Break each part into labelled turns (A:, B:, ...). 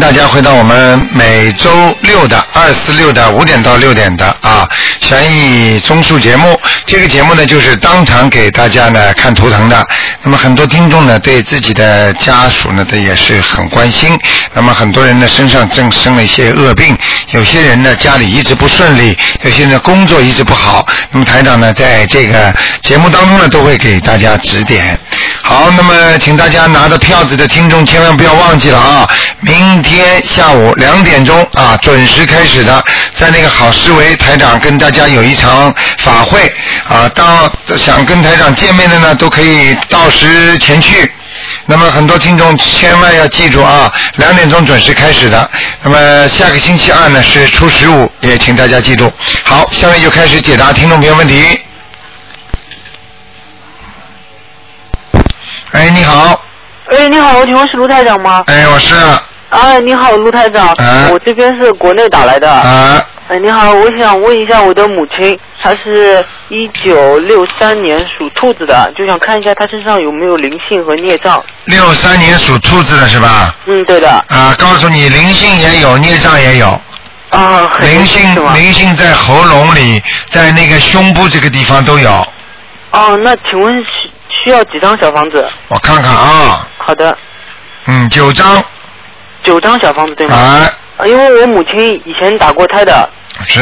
A: 大家回到我们每周六的二四六的五点到六点的啊悬疑综述节目。这个节目呢，就是当场给大家呢看图腾的。那么很多听众呢，对自己的家属呢，这也是很关心。那么很多人呢，身上正生了一些恶病，有些人呢，家里一直不顺利，有些人工作一直不好。那么台长呢，在这个节目当中呢，都会给大家指点。好，那么请大家拿着票子的听众千万不要忘记了啊！明天下午两点钟啊，准时开始的，在那个好思维台长跟大家有一场法会啊，到想跟台长见面的呢，都可以到时前去。那么很多听众千万要记住啊，两点钟准时开始的。那么下个星期二呢是初十五，也请大家记住。好，下面就开始解答听众朋友问题。哎，你好，
B: 哎，你好，请问是卢台长吗？
A: 哎，我是
B: 哎，你好，卢台长，
A: 哎
B: 我这边是国内打来的。
A: 啊，
B: 哎，你好，我想问一下我的母亲，她是一九六三年属兔子的，就想看一下她身上有没有灵性和孽障。
A: 六三年属兔子的是吧？
B: 嗯，对的。
A: 啊，告诉你，灵性也有，孽障也有。
B: 啊，很
A: 灵
B: 是
A: 性
B: 吗？
A: 灵性在喉咙里，在那个胸部这个地方都有。
B: 哦，那请问需需要几张小房子？
A: 我看看啊，
B: 好的，
A: 嗯，九张，
B: 九张小房子对吗？
A: 啊，
B: 啊因为我母亲以前打过胎的，
A: 是，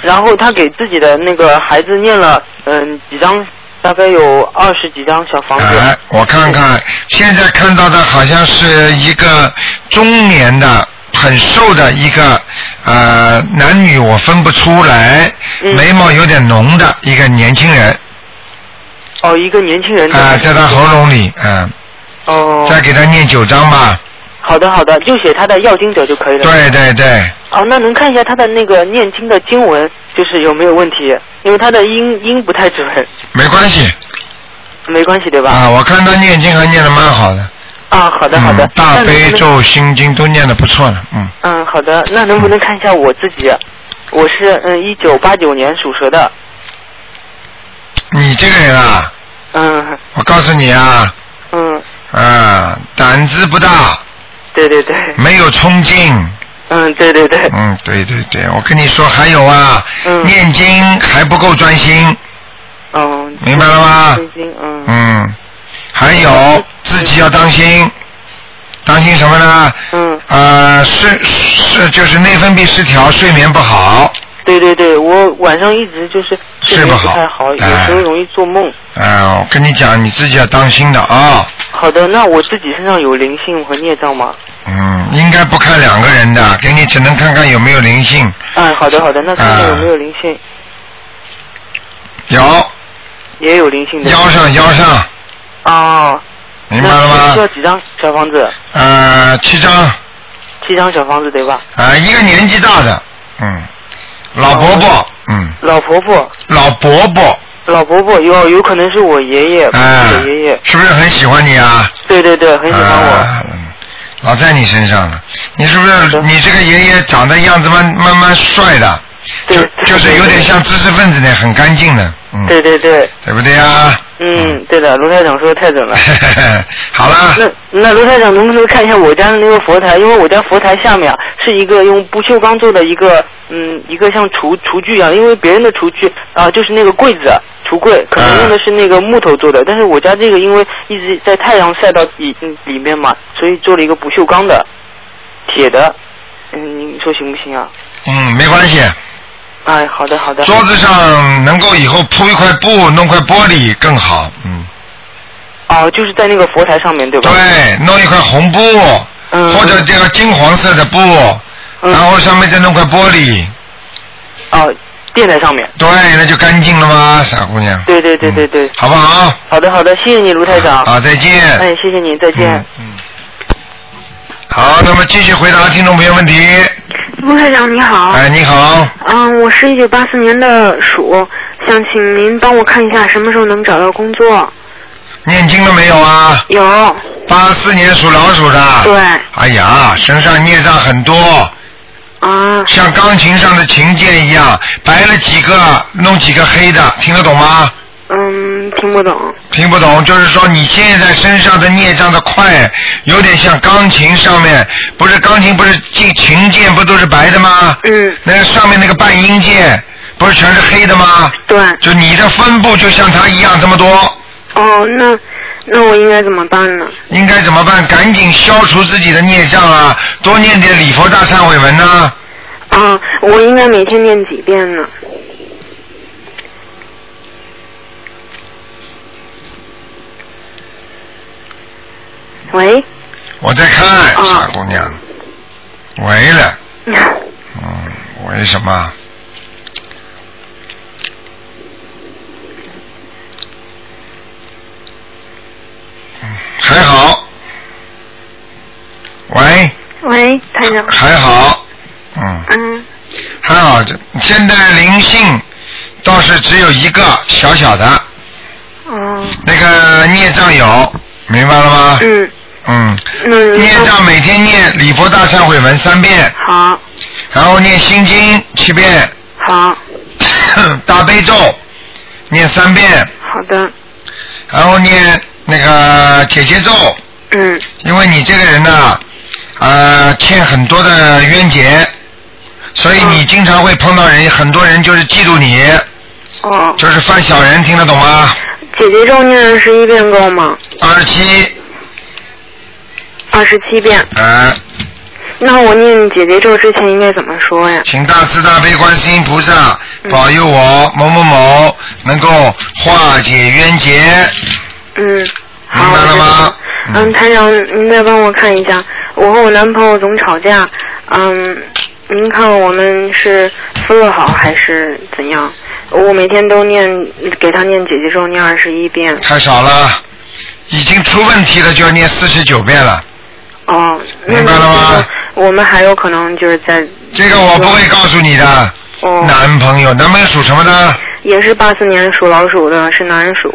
B: 然后她给自己的那个孩子念了嗯几张，大概有二十几张小房子。
A: 哎，我看看，现在看到的好像是一个中年的、很瘦的一个呃男女，我分不出来，
B: 嗯
A: 眉毛有点浓的一个年轻人，
B: 哦，一个年轻人的。
A: 啊、在他喉咙里，嗯、
B: 哦。
A: 再给他念九章吧。
B: 好的好的，就写他的要经者就可以了。。
A: 对对对，
B: 哦，那能看一下他的那个念经的经文，就是有没有问题？因为他的音音不太准，
A: 没关系
B: 没关系对吧？
A: 啊，我看他念经还念的蛮好的。
B: 啊，好的好的。
A: 嗯、大
B: 那能不
A: 悲
B: 能
A: 咒、心经都念的不错了，嗯，
B: 嗯，好的，那能不能看一下我自己？我是嗯一九八九年属蛇的，
A: 你这个人啊，
B: 嗯
A: 我告诉你啊，
B: 嗯，
A: 啊，胆子不大，
B: 对对对，
A: 没有冲劲，
B: 嗯对对对，
A: 嗯，对对对，我跟你说，还有啊，
B: 嗯
A: 念经还不够专心，
B: 嗯，
A: 明白了吗
B: 心经嗯
A: 嗯，还有自己要当心，当心什么呢？
B: 嗯，
A: 呃，是是，就是内分泌失调，睡眠不好，
B: 对对对，我晚上一直就是
A: 睡
B: 睡
A: 不
B: 眠不
A: 好
B: 太好，有
A: 哎
B: 时候容易做梦。
A: 啊、我跟你讲，你自己要当心的啊，
B: 好的，那我自己身上有灵性和孽障吗？
A: 嗯，应该不看两个人的，给你只能看看有没有灵性，
B: 哎，好的好的，那看
A: 啊
B: 看有没有灵性，
A: 有
B: 也有灵性的。
A: 腰上腰上，
B: 哦，
A: 明白了
B: 那需要
A: 吗？
B: 几张小房子？
A: 呃，七张啊、
B: 七张小房子对吧？
A: 呃一个年纪大的，嗯，老伯伯，嗯，
B: 哦老婆婆，
A: 老伯伯，
B: 老伯伯有有可能是我爷爷，不
A: 哎、
B: 是我爷爷。
A: 是不是很喜欢你啊？
B: 对对对，很喜欢我。
A: 啊嗯老在你身上了，你是不是
B: 的
A: 你这个爷爷长得样子蛮蛮蛮帅的，
B: 对
A: 就就是有点像知识分子呢，很干净的，嗯，
B: 对对对，
A: 对不对啊？
B: 嗯，对的，卢台长说的太准了。
A: 好啦，
B: 那那卢台长能不能看一下我家的那个佛台？因为我家佛台下面啊是一个用不锈钢做的一个嗯一个像厨厨具一样，因为别人的厨具啊、就是那个柜子橱柜，可能用的是那个木头做的，但是我家这个因为一直在太阳晒到里嗯里面嘛，所以做了一个不锈钢的铁的，嗯，您说行不行啊？
A: 嗯，没关系，
B: 哎，好的好的，
A: 桌子上能够以后铺一块布，弄块玻璃更好。嗯，
B: 哦，就是在那个佛台上面对吧？
A: 对，弄一块红布，
B: 嗯，
A: 或者这个金黄色的布，
B: 嗯
A: 然后上面再弄块玻璃，
B: 哦垫在上面。
A: 对，那就干净了吗，傻姑娘？
B: 对对对对对
A: 嗯好不好？
B: 好的好的，谢谢你卢台长。
A: 好，再见。
B: 哎，谢谢你，再见。
A: 嗯嗯。好，那么继续回答听众朋友问题。
C: 卢台长你好，
A: 哎，你好，
C: 嗯，我是一九八四年的鼠，想请您帮我看一下什么时候能找到工作。
A: 念经了没有啊？
C: 有，
A: 八四年属老鼠的。
C: 对。
A: 哎呀，身上孽障很多。
C: 啊，
A: 像钢琴上的琴键一样，白了几个，弄几个黑的，听得懂吗？
C: 嗯，听不懂。
A: 听不懂，就是说你现在身上的孽障的块，有点像钢琴上面，不是钢琴不是琴琴键不都是白的吗？
C: 嗯，
A: 那个上面那个半音键不是全是黑的吗？
C: 对。
A: 就你的分布就像它一样这么多，
C: 哦，那那我应该怎么办呢？
A: 应该怎么办？赶紧消除自己的孽障啊，多念点礼佛大忏悔文呐、
C: 啊，我应该每天念几遍呢？喂，
A: 我在看，
C: 哦
A: 傻姑娘，喂了，嗯，为什么？嗯还好，喂，
C: 喂，台长，
A: 还好，嗯，
C: 嗯，
A: 还好，这现在灵性倒是只有一个小小的，
C: 哦，
A: 那个孽障有，明白了吗？
C: 嗯，
A: 嗯，
C: 那
A: 孽障每天念礼佛大忏悔文三遍，
C: 好，
A: 然后念心经七遍，
C: 好，
A: 大悲咒念三遍，
C: 好的，
A: 然后念那个姐姐咒，
C: 嗯，
A: 因为你这个人呐、呃，欠很多的冤结，所以你经常会碰到人，很多人就是嫉妒你，
C: 哦，
A: 就是犯小人，听得懂吗？
C: 姐姐咒念二十一遍够吗？
A: 二十七，
C: 二十七遍。
A: 呃，
C: 那我念姐姐咒之前应该怎么说呀？
A: 请大慈大悲观世音菩萨
C: 嗯
A: 保佑我某某某能够化解冤结。
C: 嗯，好，
A: 明白了吗
C: 我知道嗯，台长，您再帮我看一下，我和我男朋友总吵架，嗯，您看我们是分了好还是怎样？我每天都念给他念姐姐咒念二十一遍，
A: 太少了，已经出问题了就要念四十九遍了。
C: 哦，那
A: 明白了吗
C: 您觉得我们还有可能就是在
A: 这个我不会告诉你的。
C: 哦，
A: 男朋友，男朋友属什么的？
C: 也是八四年属老鼠的，是男属，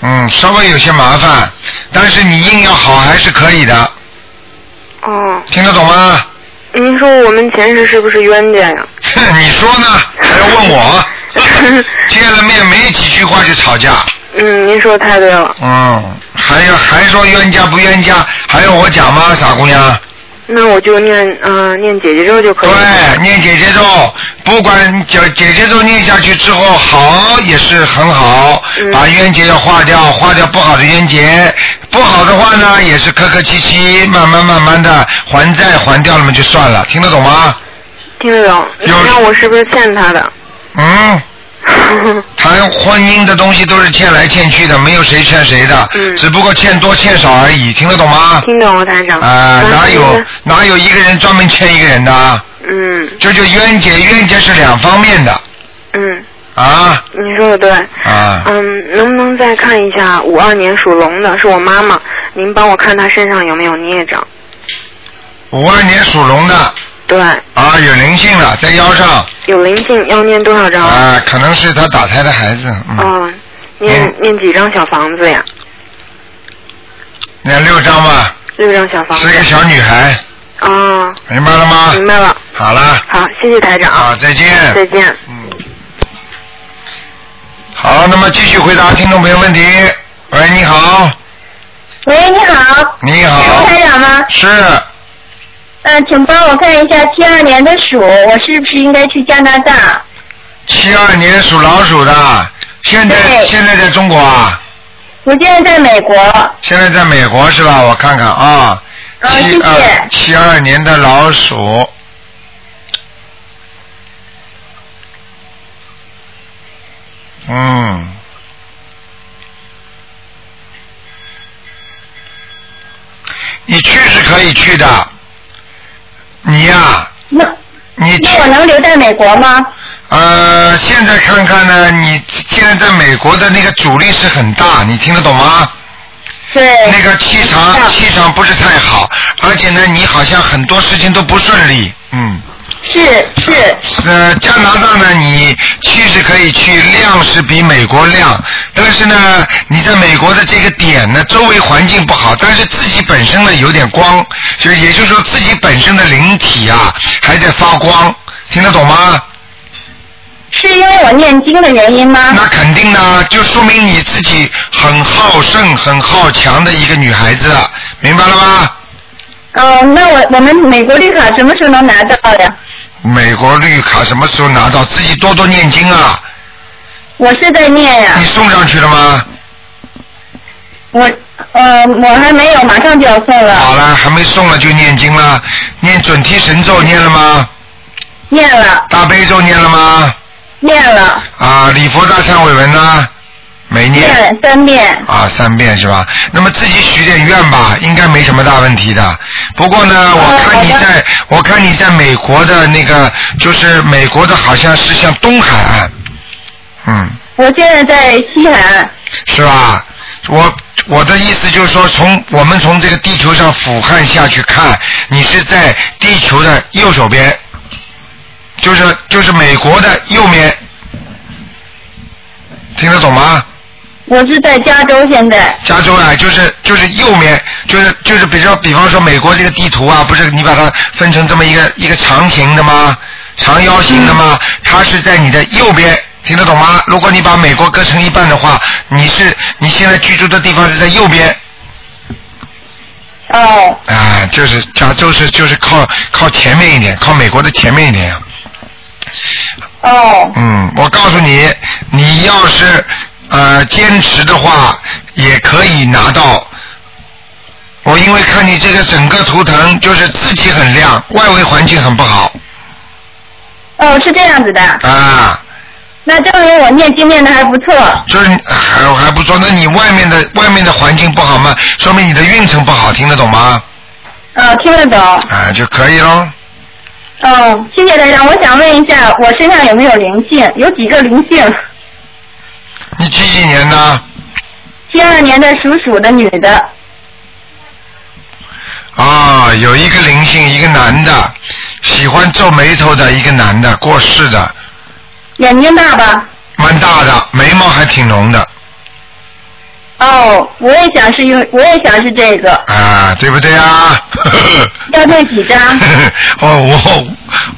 A: 嗯，稍微有些麻烦，但是你硬要好还是可以的，
C: 哦，
A: 听得懂吗？
C: 您说我们前世是不是冤家呀？
A: 哼，你说呢？还要问我？ 见了面没几句话就吵架，
C: 嗯，您说太对了。
A: 嗯，还要还说冤家不冤家，还要我讲吗，傻姑娘？
C: 那我就念嗯、呃念姐姐咒就可以了。
A: 对，念姐姐咒，不管姐姐姐咒念下去之后好也是很好，
C: 嗯
A: 把冤结要化掉，化掉不好的冤结，不好的话呢也是客客气气，慢慢慢慢的还债还掉了嘛就算了，听得懂吗？
C: 听得懂。
A: 有
C: 那我是不是欠他的？啊
A: 嗯，谈婚姻的东西都是欠来欠去的，没有谁欠谁的，
C: 嗯
A: 只不过欠多欠少而已，听得懂吗？
C: 听懂了，台长。
A: 啊、
C: 那
A: 哪
C: 您
A: 有
C: 呢
A: 哪有一个人专门欠一个人的啊？
C: 嗯
A: 这就冤结，冤结是两方面的
C: 嗯，
A: 啊
C: 你说的对。
A: 啊。
C: 嗯，能不能再看一下五二年属龙的，是我妈妈，您帮我看她身上有没有孽障？
A: 五二年属龙的
C: 对，
A: 啊，有灵性了，在腰上
C: 有灵性，要念多少张？
A: 啊，可能是他打胎的孩子，嗯，
C: 嗯，念
A: 嗯
C: 念几张小房子呀？
A: 那六张吧，
C: 六张小房
A: 是
C: 子
A: 一。个小女孩，
C: 啊，
A: 明白了吗？
C: 明白了。
A: 好了，
C: 好，谢谢台长。
A: 好，再见。
C: 再见。
A: 嗯。好，那么继续回答听众朋友问题。喂，你好，
D: 喂，你好，
A: 你
D: 是
A: 好，
D: 台长吗？
A: 是
D: 嗯、请帮我看一下七二年的鼠，我是不是应该去加拿大？
A: 七二年属老鼠的，现在
D: 对
A: 现在在中国啊，
D: 我现在在美国。
A: 现在在美国是吧？我看看啊，
D: 嗯
A: 七
D: 谢谢
A: 二七二年的老鼠，嗯，你去是可以去的，你呀、
D: 那
A: 你去
D: 那我能留在美国吗？
A: 呃，现在看看呢，你现在在美国的那个阻力是很大，你听得懂吗？
D: 对。
A: 那个气
D: 我知
A: 场
D: 道
A: 气场不是太好，而且呢，你好像很多事情都不顺利，嗯。
D: 是是
A: 呃，加拿大呢，你去是可以去，量是比美国量，但是呢，你在美国的这个点呢，周围环境不好，但是自己本身呢有点光，就也就是说自己本身的灵体啊还在发光，听得懂吗？
D: 是因为我念经的原因吗？
A: 那肯定呢，就说明你自己很好胜、很好强的一个女孩子，明白了吗？
D: 哦，那我我们美国绿卡什么时候能拿到呀？
A: 美国绿卡什么时候拿到？自己多多念经啊！
D: 我是在念呀
A: 你，送上去了吗？
D: 我呃我还没有，马上就要送
A: 好
D: 了，
A: 了，还没送了就念经了，念准提神咒念了吗？
D: 念了
A: 大悲咒念了吗？
D: 念了
A: 啊，礼佛大忏悔文呢？没念。
D: 念了三遍。
A: 啊，三遍是吧？那么自己许点愿吧，应该没什么大问题的。不过呢，
D: 嗯
A: 我看你在，我看你在美国的那个，就是美国的，好像是像东海岸，嗯，
D: 我现在在西海岸，
A: 是吧？我我的意思就是说，从我们从这个地球上俯瞰下去看，你是在地球的右手边，就是就是美国的右面，听得懂吗？
D: 我是在加州现在。
A: 加州啊，就是就是右面，就是就是比如说，比方说美国这个地图啊，不是你把它分成这么一个一个长形的吗？长腰形的吗？
D: 嗯
A: 它是在你的右边，听得懂吗？如果你把美国割成一半的话，你是你现在居住的地方是在右边
D: 哦，
A: 啊，就是加州是就是靠靠前面一点，靠美国的前面一点。啊
D: 哦，
A: 嗯，我告诉你，你要是呃坚持的话，也可以拿到。我因为看你这个整个图腾，就是自己很亮，外围环境很不好
D: 哦，是这样子的。
A: 啊，
D: 那证明我念经念的还不错。
A: 就是还还不错。那你外面的外面的环境不好嘛，说明你的运程不好，听得懂吗？
D: 呃，听得懂。
A: 啊，就可以喽。
D: 哦，谢谢台长。我想问一下，我身上有没有灵性？有几个灵性？
A: 你几几年的？
D: 七二年的属鼠的女的。
A: 啊、有一个灵性，一个男的，喜欢皱眉头的一个男的，过世的，
D: 眼睛大吧？
A: 蛮大的，眉毛还挺浓的。
D: 哦，我也想是因为，我也想是这个。
A: 啊，对不对啊？
D: 要念几张？
A: 哦，我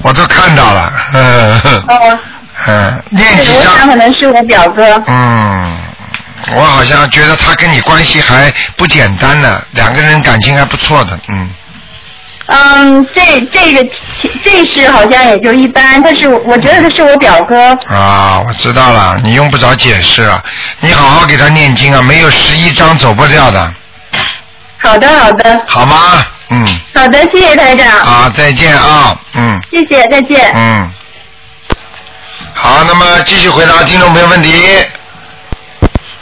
A: 我都看到了， 嗯
D: 哦，
A: 嗯，念
D: 对，
A: 几
D: 我想可
A: 张？
D: 能是我表哥。
A: 嗯，我好像觉得他跟你关系还不简单呢，两个人感情还不错的，嗯，
D: 嗯，这这个这事好像也就一般，但是我我觉得他是我表哥。
A: 啊，我知道了，你用不着解释啊，你好好给他念经啊，没有十一章走不掉的，
D: 好的，好的，
A: 好吗？嗯，
D: 好的，谢谢台长，
A: 啊，再见啊，嗯
D: 谢谢，再见。
A: 嗯，好，那么继续回答听众朋友问题。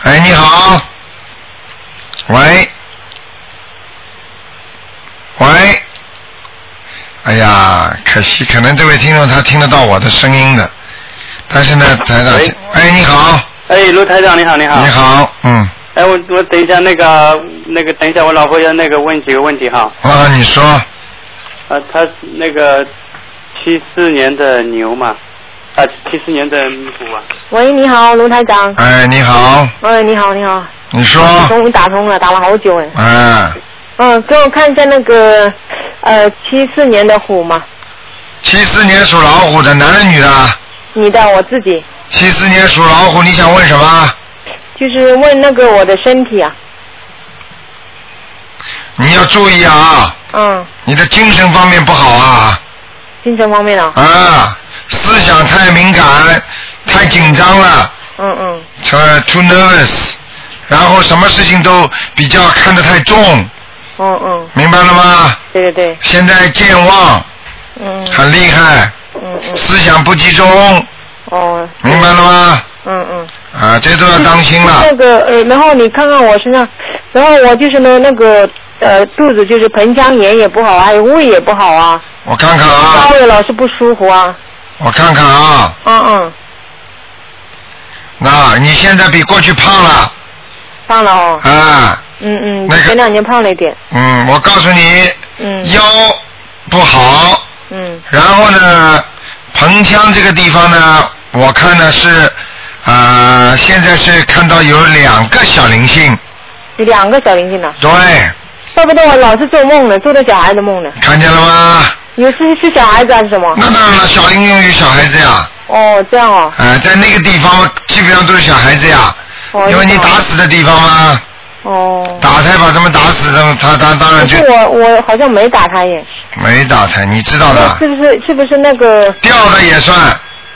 A: 哎，你好，喂，喂，哎呀，可惜，可能这位听众他听得到我的声音的，但是呢，台长
E: 喂，
A: 哎，你好，
E: 哎，卢台长，你好，你好。
A: 你。好，嗯，
E: 哎，我我等一下那个那个，等一下我老婆要那个问几个问题哈。
A: 啊，你说，
E: 呃，她那个七四年的牛嘛，啊，七四年的虎啊。
F: 喂，你好，卢台长。
A: 哎，你好，
F: 喂，你好，你好。
A: 你说，
F: 终于打通了，打了好久哎。
A: 哎，
F: 嗯，给我看一下那个，呃，七四年的虎嘛，
A: 七四年属老虎的，男的啊女的？
F: 你的我自己，
A: 七四年属老虎，你想问什么？
F: 就是问那个我的身体啊，
A: 你要注意啊，
F: 嗯，
A: 你的精神方面不好啊，
F: 精神方面啊，
A: 啊，思想太敏感，太紧张了，
F: 嗯嗯，
A: 呃，too nervous，然后什么事情都比较看得太重，
F: 嗯嗯，
A: 明白了吗？
F: 对对对，
A: 现在健忘
F: 嗯
A: 很厉害，
F: 嗯嗯，
A: 思想不集中，
F: 哦，
A: 明白了吗？
F: 嗯嗯。
A: 啊，这都要当心
F: 那
A: 了，
F: 个呃，然后你看看我身上，然后我就是呢那个呃肚子就是盆腔炎也不好，还有胃也不好啊，
A: 我看看啊
F: 稍，微老是不舒服啊，
A: 我看看啊，
F: 嗯嗯，
A: 那你现在比过去胖了
F: 胖了哦，
A: 啊，
F: 嗯嗯，
A: 那个
F: 前两年胖了一点，
A: 嗯，我告诉你，
F: 嗯
A: 腰不好。
F: 嗯
A: 然后呢，盆腔这个地方呢，我看呢是啊、现在是看到有两个小灵性，
F: 两个小灵性呢，
A: 对，
F: 怪不得我老是做梦呢，做的小孩的梦呢。
A: 看见了吗？
F: 有是是小孩子还是什么？
A: 啊那当然了，小灵性有小孩子呀，
F: 哦，这样哦。
A: 啊、在那个地方基本上都是小孩子呀，
F: 哦
A: 因为你打。死的地方嘛，
F: 哦。
A: 打胎把他们打死，他们他他当然
F: 可
A: 就是
F: 我我好像没打他耶，
A: 没打胎，你知道
F: 那
A: 的，
F: 是不是是不是那个
A: 掉的也算。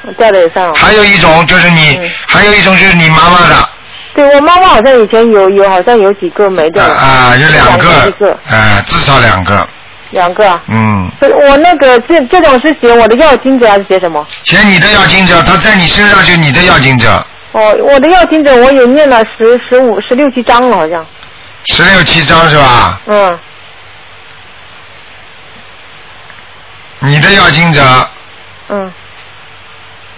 F: 我掉的也算了？啊
A: 还有一种就是你，
F: 嗯
A: 还有一种就是你妈妈的，啊、
F: 对我妈妈好像以前有有好像有几个没掉，
A: 啊、有两个，
F: 两个
A: 啊
F: 一、个
A: 至少两个，
F: 两个啊。
A: 嗯，
F: 不是我那个这这种是写我的药精者还是写什么？
A: 写你的要经者，他在你身上就你的要经者，
F: 哦，我的药精者我也念了十十五十六七章了好像，
A: 十六七章是吧？
F: 嗯，
A: 你的要经者，
F: 嗯，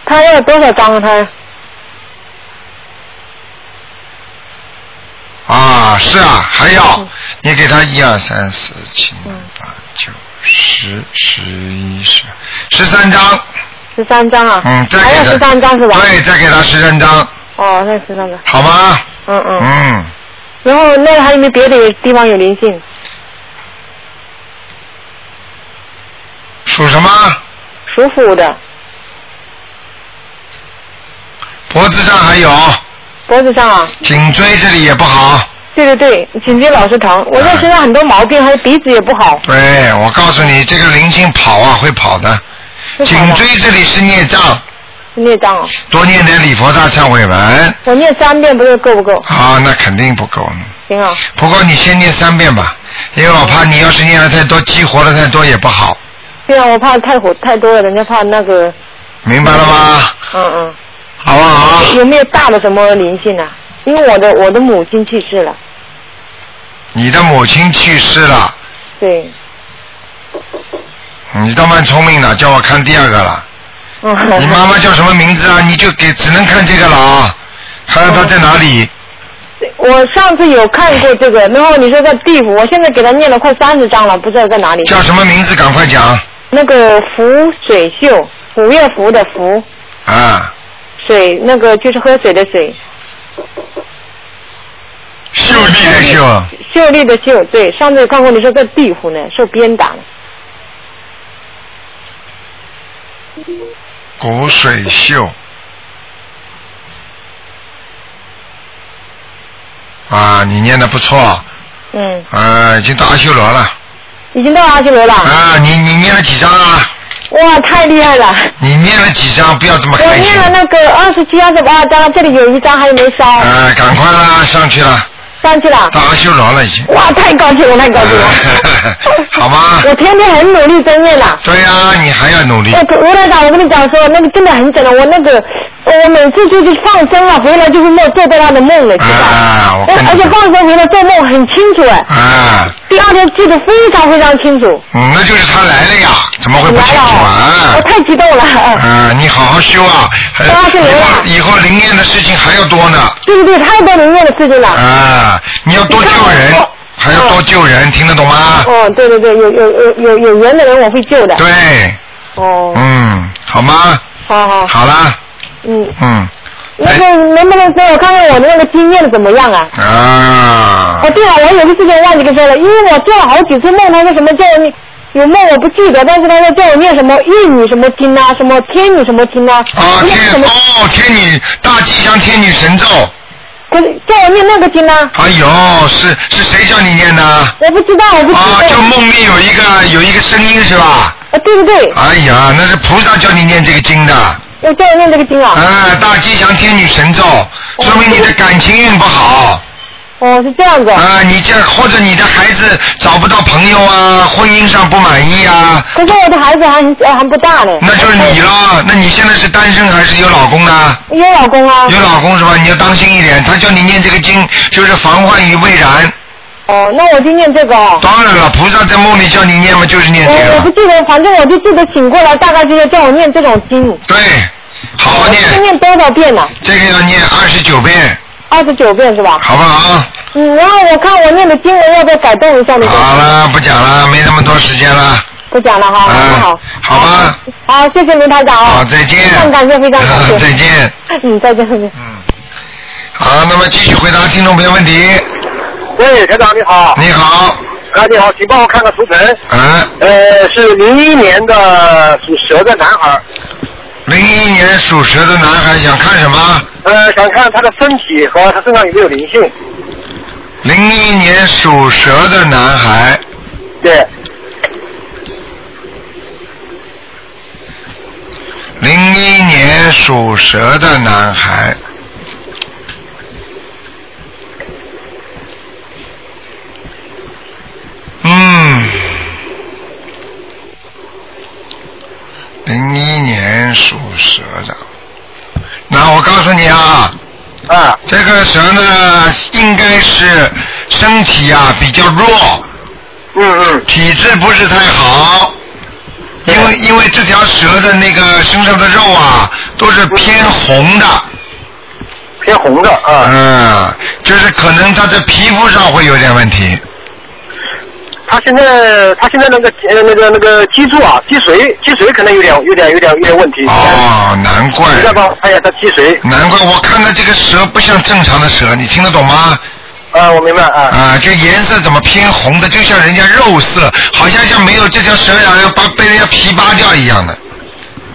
F: 他要多少张啊？他
A: 啊，是啊，还
F: 嗯
A: 要你给他一二三四七八九十十一十十三张，
F: 十三张啊？
A: 嗯，再
F: 还
A: 给
F: 要
A: 他
F: 十三张是吧？
A: 对，再给他十三张，
F: 哦，那十三张，
A: 好吗？
F: 嗯嗯。
A: 嗯，
F: 然后那还有没有别的地方有灵性？
A: 属什么？
F: 属虎的，
A: 脖子上还有，
F: 脖子上啊？
A: 颈椎这里也不好。
F: 对对对，颈椎老是
A: 嗯
F: 疼，我这身上很多毛病，还有鼻子也不好。
A: 对，哎我告诉你，这个灵性跑啊，会跑的。
F: 是什
A: 颈
F: 么
A: 椎这里是孽障，
F: 孽障啊！
A: 多念点礼佛大忏悔文
F: 我念三遍不是够不够？
A: 啊，那肯定不够。
F: 行啊，
A: 不过你先念三遍吧，因为我怕你要是念的太多，激活的太多也不好，
F: 对啊，我怕太火太多了，人家怕那个，
A: 明白了吗？
F: 嗯
A: 好不好？啊
F: 嗯，有没有大的什么灵性啊？因为我的我的母亲去世了，
A: 你的母亲去世了，
F: 对，
A: 你倒蛮聪明的，叫我看第二个了。
F: 嗯，
A: 你妈妈叫什么名字啊？你就给只能看这个了啊，看看她在哪里。
F: 我上次有看过这个，然后你说在地府，我现在给他念了快三十章了，不知道在哪里。
A: 叫什么名字？赶快讲
F: 那个福水秀，五月福的福，
A: 啊！
F: 水那个就是喝水的水，
A: 秀丽的秀，
F: 秀丽的秀，对，上次有看过你说在地府呢，受鞭打了，
A: 骨水秀。啊，你念的不错，
F: 嗯，
A: 啊，已经到阿修罗了。
F: 已经到阿修罗了，
A: 啊，你你念了几张啊？
F: 哇，太厉害了！
A: 你念了几张？不要这么
F: 我
A: 开心
F: 念。了那个二十七、二十八章，这里有一张还没烧，
A: 啊，赶快啦，上去了，
F: 上去了。
A: 到阿修罗了已经。！
F: 哇，太高兴了，太高兴了
A: 好吗
F: 我天天很努力在念了。
A: 对呀、你还要努力
F: 我。跟哎吴台长，我跟你讲说，那个真的很准的，我那个我每次出去放生了，回来就是梦做到他的梦了，知道吧？
A: 啊，我
F: 我
A: 跟
F: 而且
A: 你
F: 放生回来做梦很清楚哎，
A: 啊，
F: 第二天记得非常非常清楚。
A: 嗯，那就是他来了呀，怎么会不
F: 来
A: 清
F: 了
A: 楚
F: 哦，我
A: 啊？
F: 太激动了。哎
A: 啊，你好好修啊，还
F: 到阿修罗了
A: 以后以后灵验的事情还要多呢。
F: 对不对？太多灵验的事情了。
A: 啊，你要多
F: 你看
A: 救人
F: 我，
A: 还要多救人，听得懂吗？
F: 哦，对对对，有有有有有缘的人我会救的。
A: 对，
F: 哦，
A: 哎嗯，好吗？
F: 好好，
A: 好啦，
F: 嗯，
A: 嗯，
F: 那个能不能给我看看我的那个经验怎么样啊？
A: 啊
F: 哦，，对了，我有个事情忘记跟你说了，因为我做了好几次梦，他说什么叫我念，有梦我不记得，但是他说叫我念什么玉女什么经啊，什么天女什么经啊，
A: 啊，
F: 念什
A: 天
F: 么，
A: 哦，天女大吉祥天女神咒，
F: 可是叫我念那个经啊，
A: 哎呦，是是谁叫你念的？啊，
F: 我不知道，我不记
A: 就
F: 得，
A: 梦里有一个有一个声音是吧？
F: 啊，对不对？
A: 哎呀，那是菩萨叫你念这个经的，
F: 要叫我念这个经啊？
A: 啊，大吉祥天女神咒，说明你的感情运不好，
F: 哦，是这样子啊，
A: 啊，你这或者你的孩子找不到朋友啊，婚姻上不满意啊，
F: 可是我的孩子还很还不大呢，
A: 那就是你了。那你现在是单身还是有老公呢？
F: 有老公啊，
A: 有老公是吧？你要当心一点，他叫你念这个经，就是防患于未然。
F: 哦，那我就念这个哦。
A: 当然了，菩萨在梦里叫你念嘛，就是念这
F: 我我不
A: 个。
F: 记得，反正我就记得醒过来，大概就是叫我念这种经。
A: 对，好好
F: 我
A: 念，
F: 念多少遍呢？
A: 这个要念二十九遍，
F: 二十九遍是吧？
A: 好不好？啊
F: 嗯，然后我看我念的经文要不要改动一下？你说
A: 好了，不讲了，没那么多时间了。
F: 不讲了哈，
A: 啊
F: 很好，
A: 好吧，
F: 好，谢谢您台长啊，
A: 好，再见。
F: 非常感谢，非常感谢，
A: 好再见。
F: 嗯，再见，再见。
A: 好，那么继续回答听众朋友问题。
G: 喂，台长你好，
A: 你好，
G: 啊你好，请帮我看看图腾，
A: 啊，
G: 呃，是零一年的属蛇的男孩，
A: 零一年属蛇的男孩想看什么？
G: 呃，想看他的身体和他身上有没有灵性，
A: 零一年属蛇的男孩，
G: 对，
A: 零一年属蛇的男孩。嗯，零一年属蛇的。那我告诉你啊，
G: 啊，
A: 这个蛇呢，应该是身体啊比较弱，
G: 嗯嗯，
A: 体质不是太好，因为因为这条蛇的那个身上的肉啊都是偏红的，
G: 偏红的啊，
A: 嗯，就是可能它的皮肤上会有点问题，
G: 他现在他现在那个呃那个那个脊柱啊脊髓脊髓可能有点有点有点有点问题，
A: 哦，难怪
G: 你，再帮我看一下他脊髓，
A: 难怪我看到这个蛇不像正常的蛇，你听得懂吗？
G: 啊，我明白啊，
A: 啊，这颜色怎么偏红的，就像人家肉色，好像像没有这条蛇然后把被人家皮扒掉一样的。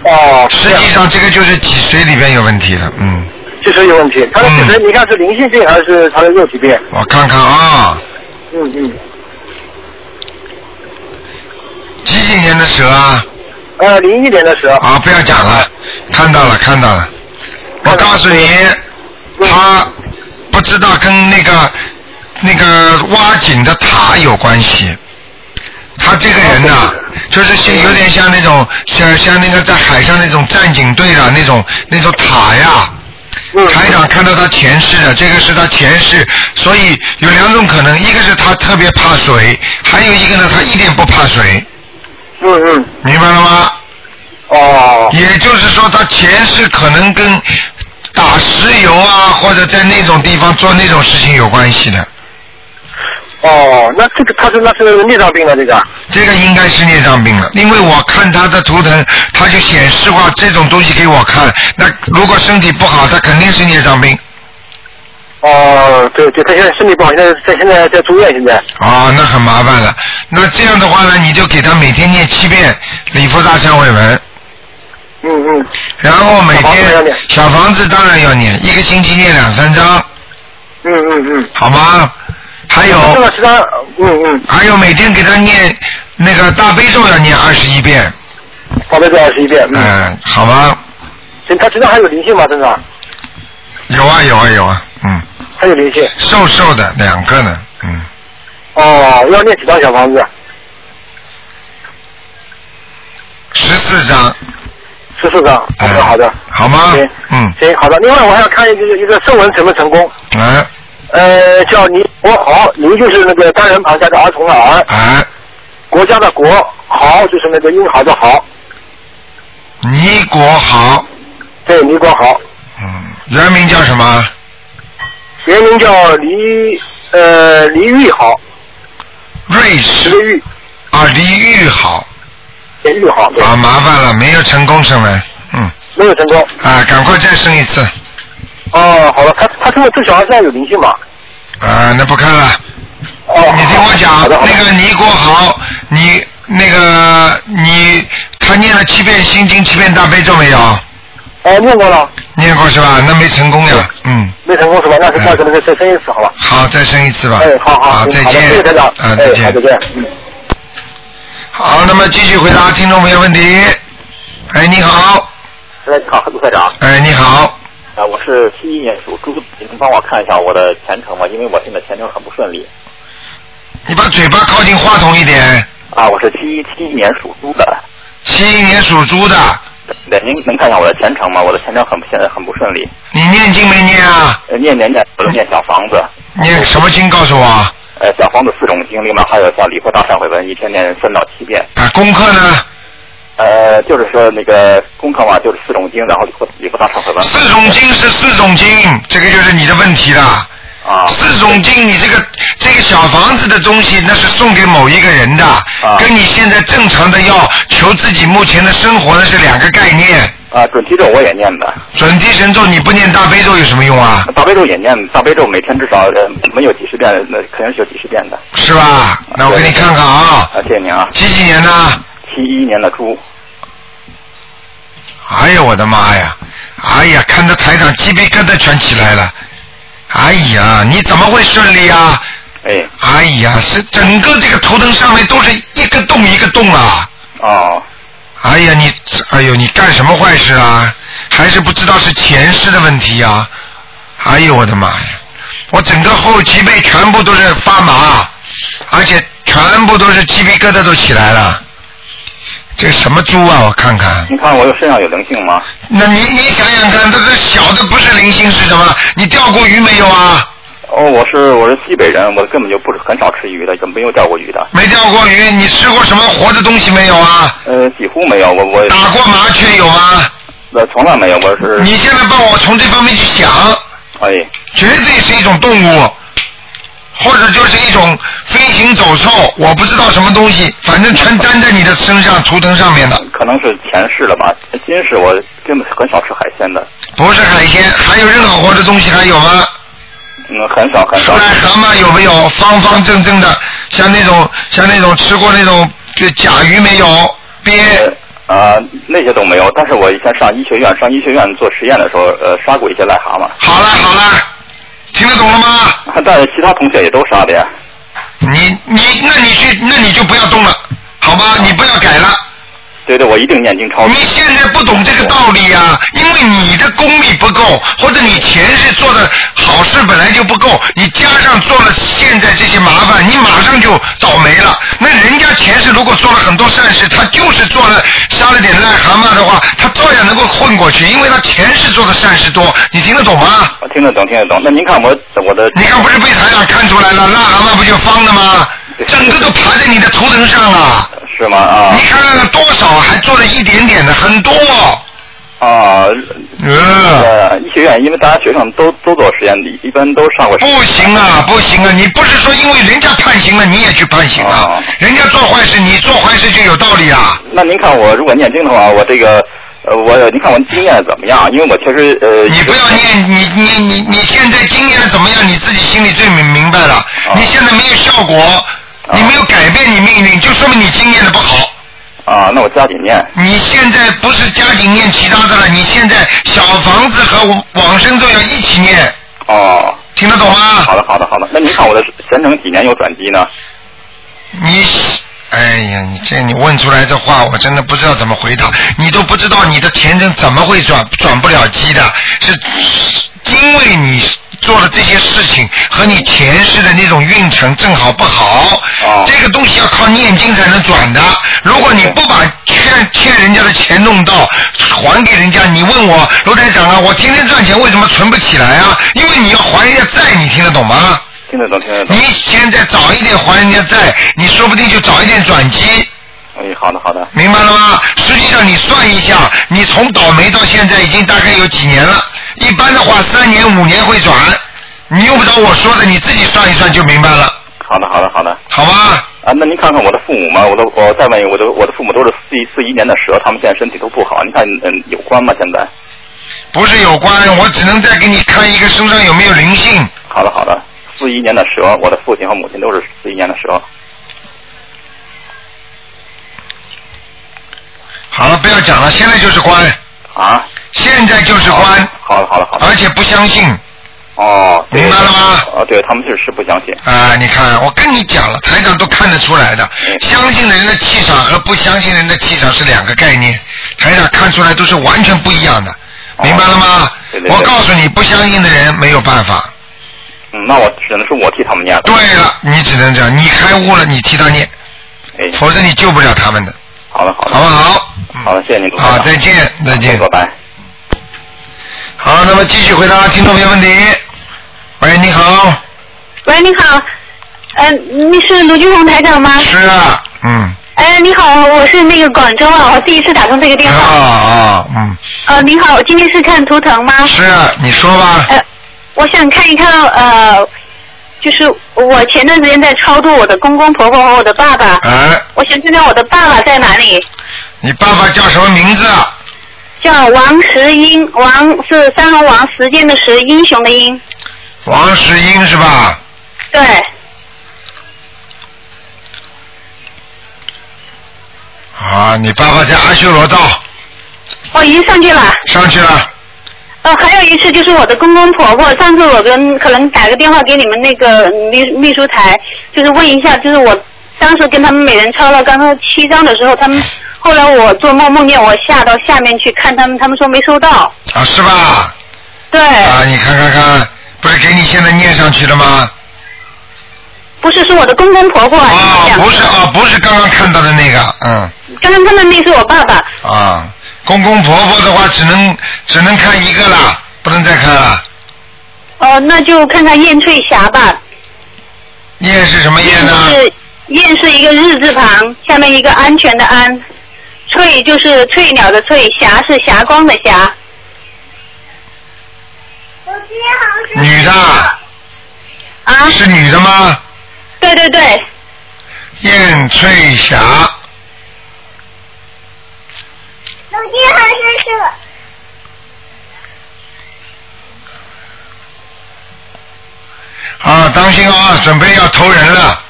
G: 哦，
A: 实
G: 这样
A: 际上这个就是脊髓里边有问题的，嗯，
G: 脊髓有问题，他的脊髓你看是灵性病还是他的肉体病？
A: 我看看啊，
G: 嗯嗯，
A: 几几年的蛇啊？
G: 呃，零一年的时候，
A: 啊，不要讲了，看到了，看到了。我告诉你，
G: 嗯
A: 他不知道跟那个那个挖井的塔有关系。他这个人呐、 就是像有点像那种像像那个在海上那种战警队的那种那种塔呀。
G: 嗯
A: 台长看到他前世的，这个是他前世，所以有两种可能，一个是他特别怕水，还有一个呢，他一点不怕水，
G: 嗯嗯，
A: 明白了吗？
G: 哦，
A: 也就是说，他前世可能跟打石油啊，或者在那种地方做那种事情有关系的。
G: 哦，那这个他是那是内脏病了，这个。
A: 这个应该是孽障病了，因为我看他的图腾，他就显示化这种东西给我看。那如果身体不好，他肯定是孽障病
G: 哦，对对，他现在身体不好，现在在现在在住院，现在。
A: 啊、那很麻烦了。那这样的话呢，你就给他每天念七遍礼佛大忏悔文，
G: 嗯嗯，
A: 然后每
G: 小房子要
A: 天
G: 念
A: 小房子当然要念，一个星期念两三张，
G: 嗯嗯嗯。
A: 好吗？还有
G: 这个其他，嗯嗯，
A: 还有每天给他念那个大悲咒要念二十一遍，
G: 好的，这二十一遍。
A: 嗯、
G: 嗯。
A: 好吗？
G: 行，他身上还有灵性吗？身上
A: 有啊有啊有啊，嗯，
G: 还有灵性。
A: 瘦瘦的两个呢，嗯，
G: 哦，要念几张小房子？
A: 十四张，
G: 十四张。好
A: 哎、
G: 的，好的。
A: 好吗
G: 行？
A: 嗯，
G: 行，好的。另外，我还要看一个一个圣文成没成功？
A: 哎
G: 呃，叫倪国豪，倪就是那个单人旁加个儿童的儿，
A: 哎，
G: 国家的国，豪就是那个英豪的豪，
A: 倪国豪，
G: 对，倪国豪。
A: 嗯，原名叫什么？
G: 原名叫黎呃黎玉豪，
A: 瑞
G: 石的
A: 士
G: 玉，
A: 啊，李玉豪
G: 对玉豪，对，
A: 啊，麻烦了，没有成功升文，嗯，
G: 没有成功。
A: 啊，赶快再升一次，
G: 哦，好了，他他这个这小孩现在有灵性吗？
A: 啊，那不看了。
G: 哦，
A: 你听我讲，
G: 好的好的
A: 那个倪国豪，你那个你他念了七遍心经，七遍大悲咒没有？
G: 哦，念过了，
A: 念过是吧？那没成功呀。嗯，
G: 没成功是吧？那是下次那个再生一次好吧？
A: 好，再生一次吧。
G: 哎，好好，嗯
A: 再
G: 好的
A: 见。
G: 谢谢台长，
A: 啊，
G: 哎，
A: 再
G: 好
A: 见
G: 再。见，嗯。
A: 好，那么继续回答听众朋友问题。哎，你好，
H: 哎，好，卢科长，啊、
A: 哎，你好，
H: 我是七一年属猪的，您帮我看一下我的前程吧，因为我现在前程很不顺利。
A: 你把嘴巴靠近话筒一点。
H: 啊，我是七一七一年属猪的，
A: 七一年属猪的，
H: 对，您能看一下我的前程吗？我的前程很现在很不顺利，
A: 你念经没念啊？
H: 呃念年念我都念小房子，
A: 念什么经？告诉我啊，
H: 呃，小房子四种经，另外还有像礼佛大忏悔文，一天念三到七遍。
A: 功课呢？
H: 呃，就是说那个功课嘛，就是四种经，然后礼佛礼佛大忏悔文。
A: 四种经是四种经，这个就是你的问题了。四种经，你这个这个小房子的东西，那是送给某一个人的，跟你现在正常的要求自己目前的生活那是两个概念。
H: 啊，准提咒我也念的，
A: 准提神咒你不念大悲咒有什么用啊？
H: 大悲咒也念，大悲咒每天至少呃没有几十遍，那肯定是有几十遍的。
A: 是吧？那我给你看看啊，
H: 啊，谢谢您啊。
A: 几几年的？
H: 七一年的猪。
A: 哎呀，我的妈呀！哎呀，看到台长鸡皮疙瘩全起来了。哎呀，你怎么会顺利啊？
H: 哎。
A: 哎呀，是整个这个图腾上面都是一个洞一个洞啊。
H: 哦。
A: 哎呀，你哎呦，你干什么坏事啊？还是不知道是前世的问题啊？哎呦，我的妈呀！我整个后脊背全部都是发麻，而且全部都是鸡皮疙瘩都起来了。这什么猪啊？我看看。
H: 您看我有身上有灵性吗？
A: 那你你想想看，这个小的不是灵性是什么？你钓过鱼没有啊？
H: 哦，我是我是西北人，我根本就不是很少吃鱼的，就没有钓过鱼的。
A: 没钓过鱼，你吃过什么活的东西没有啊？
H: 呃，几乎没有，我我
A: 打过麻雀有吗？
H: 呃，从来没有，我是
A: 你现在帮我从这方面去想，
H: 哎
A: 绝对是一种动物，或者就是一种飞行走兽，我不知道什么东西，反正全粘在你的身上图腾上面的，
H: 可能是前世了吧，今世我根本很少吃海鲜的，
A: 不是海鲜，还有任何活的东西还有吗？
H: 嗯，很少很少。
A: 癞蛤蟆有没有方方正正的？像那种像那种吃过那种就甲鱼没有？鳖
H: 啊、那些都没有。但是我以前上医学院，上医学院做实验的时候，呃，杀过一些癞蛤蟆。
A: 好了好了，听得懂了吗？
H: 但是其他同学也都杀的呀。
A: 你你那你去那你就不要动了，好吗？你不要改了。
H: 对对，我一定念经超度
A: 你。现在不懂这个道理呀、因为你的功力不够，或者你前世做的好事本来就不够，你加上做了现在这些麻烦，你马上就倒霉了。那人家前世如果做了很多善事，他就是做了杀了点癞蛤蟆的话，他照样能够混过去，因为他前世做的善事多。你听得懂吗？
H: 我听得懂，听得懂。那您看我我的
A: 你看不是被台长看出来了，癞蛤蟆不就方的吗？整个都爬在你的头层上了。
H: 是吗？啊
A: 你看了多少，还做了一点点的，很多、
H: 啊，
A: 嗯，
H: 呃，医学院因为大家学生都都做实验，一般都上过实
A: 不行啊，不行啊！你不是说因为人家判刑了，你也去判刑啊？人家做坏事，你做坏事就有道理啊？
H: 那您看我如果念经的话，我这个呃，我您看我经验怎么样？因为我确实呃，
A: 你不要念，你你你你现在经验怎么样？你自己心里最明明白了。你现在没有效果，你没有改变你命运，就说明你经验的不好。
H: 啊，那我加紧念。
A: 你现在不是加紧念其他的了，你现在小房子和往往生咒要一起念，
H: 哦，
A: 听得懂吗？
H: 好的，好的，好的。那您看我的前程几年有转机呢？
A: 你，哎呀，你这你问出来这话，我真的不知道怎么回答。你都不知道你的前程怎么会转转不了机的，是因为你做了这些事情和你前世的那种运程正好不好。
H: 啊
A: 这个东西要靠念经才能转的。如果你不把欠欠人家的钱弄到，还给人家，你问我罗台长啊，我天天赚钱为什么存不起来啊？因为你要还人家债，你听得懂吗？
H: 听得懂，听得懂
A: 你。现在早一点还人家债，你说不定就早一点转机，
H: 哎，好的，好的。
A: 明白了吗？实际上你算一下，你从倒霉到现在已经大概有几年了。一般的话，三年五年会转，你用不着我说的，你自己算一算就明白了，
H: 好的，好的，好的。
A: 好吗？
H: 啊，那您看看我的父母嘛，我的我再问一个，我的我的父母都是四一四一年的蛇，他们现在身体都不好，您看嗯有关吗？现在？
A: 不是有关，我只能再给你看一个身上有没有灵性。
H: 好的，好的。四一年的蛇，我的父亲和母亲都是四一年的蛇。
A: 好了，不要讲了，现在就是关，
H: 啊，
A: 现在就是关，
H: 好了，好了，好了。
A: 而且不相信啊、
H: 哦，对
A: 明白了吗？
H: 哦，对他们确实是不相信。
A: 啊你看，我跟你讲了，台长都看得出来的，
H: 嗯
A: 相信的人的气场和不相信人的气场是两个概念，台长看出来都是完全不一样的，明白了吗？
H: 哦对对对
A: 我告诉你，不相信的人没有办法。
H: 嗯，那我只能说我替他们念了。
A: 对了，你只能这样，你开悟了，你替他念，
H: 哎，
A: 否则你救不了他们的，
H: 好了，好
A: 好
H: 了，
A: 不好？
H: 好了，谢谢您，卢台
A: 好，
H: 长嗯
A: 再见，再见。
H: 拜拜。
A: 好，那么继续回答听众朋友问题。喂，你好，
I: 喂，你好，呃，你是卢军红台长吗？
A: 是啊，嗯，
I: 哎，你好，我是那个广州啊，我第一次打通这个电
A: 啊
I: 话。
A: 啊，嗯，
I: 呃，你好，今天是看图腾吗？
A: 是啊，你说吧。
I: 呃，我想看一看呃，就是我前段时间在超度我的公公婆婆和我的爸爸，
A: 啊，
I: 我想知道我的爸爸在哪里，
A: 你爸爸叫什么名字啊？
I: 叫王石英，王是三横王，时间的时，英雄的英，
A: 王石英是吧？
I: 对，
A: 啊，你爸爸在阿修罗道
I: 我哦已经上去了。
A: 上去了。
I: 呃，还有一次就是我的公公婆婆，上次我跟可能打个电话给你们那个秘秘书台，就是问一下，就是我当时跟他们每人抄了刚刚七张的时候，他们后来我做梦梦见我下到下面去看他们，他们说没收到。
A: 啊，是吧？
I: 对，
A: 啊，你看看看，不是给你现在念上去了吗？
I: 不是是我的公公婆婆，
A: 啊，不是啊，不是刚刚看到的那个，嗯，
I: 刚刚看到那是我爸爸。
A: 啊，公公婆婆的话只能只能看一个啦，不能再看了。
I: 哦，那就看看燕翠霞吧。
A: 念是什么念呢？
I: 是燕是一个日字旁，下面一个安全的安，翠就是翠鸟的翠，霞是霞光的霞。
A: 女的。
I: 啊。
A: 是女的吗？
I: 对对对，
A: 燕翠霞，
J: 手机好像是
A: 啊，当心啊，准备要投人了。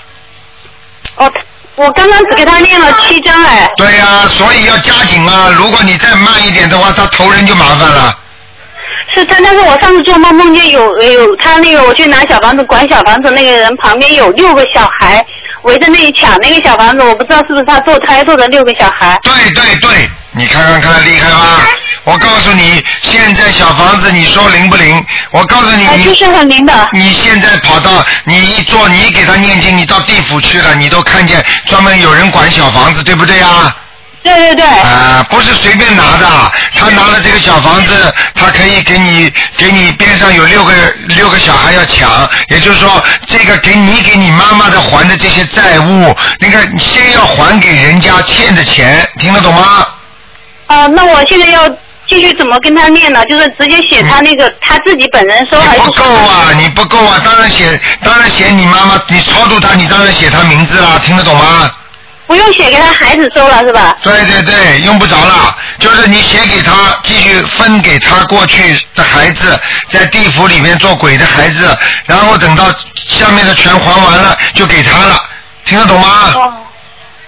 I: 哦我刚刚只给他念了七张哎。
A: 对呀、所以要加紧啊！如果你再慢一点的话，他投人就麻烦了。
I: 是但但是我上次做梦梦见有有他那个我去拿小房子管小房子那个人旁边有六个小孩围在那里抢那个小房子，我不知道是不是他做胎做的六个小孩。
A: 对对对，你看看看厉害吧！我告诉你，现在小房子你说灵不灵？我告诉你，你就是
I: 哎很灵的。
A: 你现在跑到你一做，你给他念经，你到地府去了，你都看见专门有人管小房子，对不对啊？
I: 对对对。
A: 啊、不是随便拿的，他拿了这个小房子，他可以给你给你边上有六个六个小孩要抢，也就是说，这个给你给你妈妈的还的这些债务，那个你先要还给人家欠的钱，听得懂吗？
I: 啊、那我现在要继续怎么跟他念呢？就是直接写他那个、他自己本人收还是？
A: 不够啊，你不够啊，当然写，当然写你妈妈，你超度她，你当然写她名字啦，听得懂吗？
I: 不用写给他孩子收了是吧？
A: 对对对，用不着了，就是你写给他，继续分给他过去的孩子，在地府里面做鬼的孩子，然后等到下面的全还完了，就给他了，听得懂吗？
I: 哦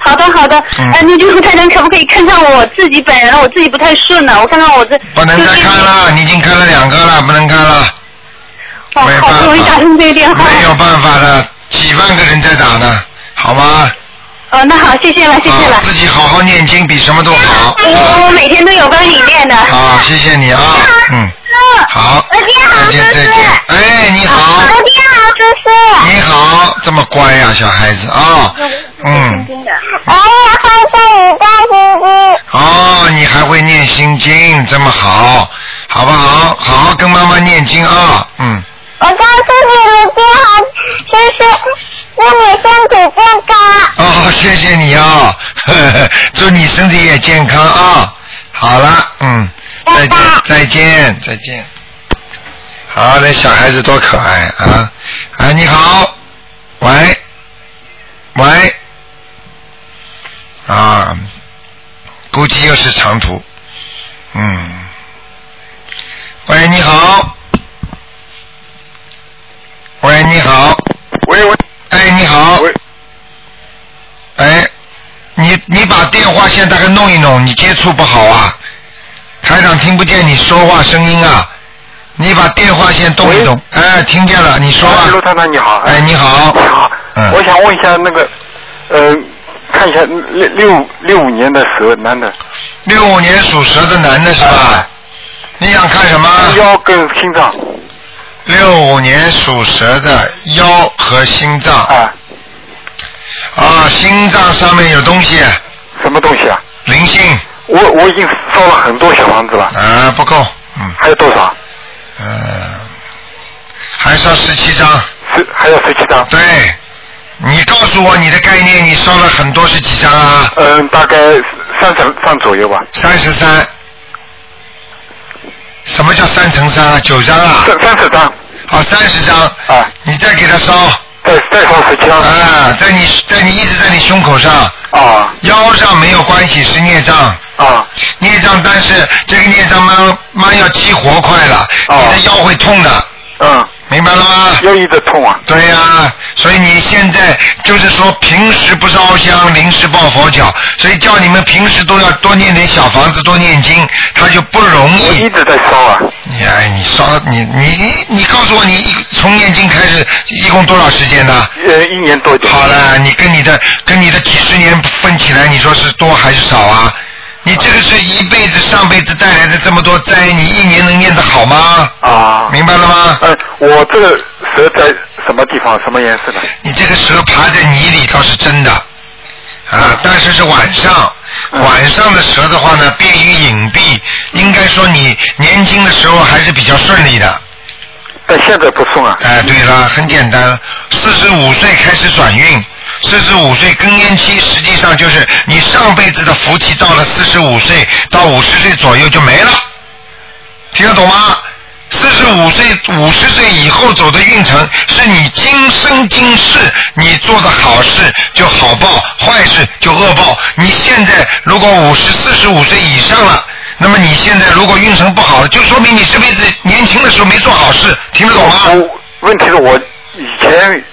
I: 好的好的，
A: 嗯
I: 哎、那就是太太可不可以看看我自己本人？我自己不太顺啊了，我看看我这
A: 不能再看了，你已经看了两个了，不能看了。
I: 哇，
A: 没
I: 哦好
A: 办
I: 不容易打
A: 法，
I: 通这个电话。
A: 没有办法的，几万个人在打呢，好吗？嗯啊
I: 哦，那好，谢谢了，谢谢了。
A: 自己好好念经比什么都好。
I: 我我每天都有帮你练的。
A: 好，谢谢你啊，嗯，好，再见再见，哎，你好，你好，这么乖呀、小孩子啊、嗯，
J: 哎呀，好像你大星星。
A: 哦，你还会念心经，这么好，好不好？好好跟妈妈念经啊，嗯，
J: 我告诉你，你最好就是祝
K: 哦
J: 你身体健康。
A: 哦，谢谢你啊、 呵呵祝你身体也健康啊，好了，嗯，再见再见再见，好，那小孩子多可爱啊，哎，你好，喂，喂，啊，估计又是长途，嗯，喂，你好，喂，你好，
L: 喂喂，
A: 哎，你好，哎，你你把电话现在给弄一弄，你接触不好啊，台长听不见你说话声音啊，你把电话先动一动，哎，听见了，你说吧
L: 哎，陆探长你好。
A: 哎，你好。嗯
L: 你好。我想问一下那个，呃，看一下六六六五年的蛇男的。
A: 六五年属蛇的男的是吧？你想看什么？
L: 腰跟心脏。
A: 六五年属蛇的腰和心脏。
L: 啊。
A: 啊，心脏上面有东西。
L: 什么东西啊？
A: 灵性。
L: 我我已经烧了很多小房子了。
A: 啊，不够，嗯。
L: 还有多少？
A: 呃，还烧十七张。
L: 是还有十七张。
A: 对，你告诉我你的概念，你烧了很多是几张啊？
L: 嗯，大概三十张左右吧。
A: 三十三。什么叫三乘三啊？九张啊？
L: 三三十张。
A: 好，三十张。啊。你再给他烧。再再烧十张。啊，在你在你一直在你胸口上。啊。腰上没有关系，是孽障。啊。孽障，但是这个孽障慢慢要激活快了，你的腰会痛的。啊嗯。明白了吗？又一直痛啊！对呀、所以你现在就是说平时不烧香，临时抱佛脚，所以叫你们平时都要多念点小房子，多念经，他就不容易。我一直在烧啊！你哎，你烧你你你告诉我，你一从念经开始一共多少时间呢？呃，一年多久？好了，你跟你的跟你的几十年分起来，你说是多还是少啊？你这个是一辈子、上辈子带来的这么多灾，你一年能念得好吗？啊，明白了吗？
L: 嗯，我这个蛇在什么地方？什么颜色的？
A: 你这个蛇爬在泥里倒是真的，啊，但是是晚上，晚上的蛇的话呢，便于隐蔽，应该说你年轻的时候还是比较顺利的。但现在不送啊。哎，对了，很简单，四十五岁开始转运，四十五岁更年期，实际上就是你上辈子的福气到了四十五岁到五十岁左右就没了，听得懂吗？四十五岁、五十岁以后走的运程，是你今生今世你做的好事就好报，坏事就恶报。你现在如果五十四十五岁以上了，那么你现在如果运程不好了，就说明你这辈子年轻的时候没做好事，听得懂吗？
L: 问题是我以前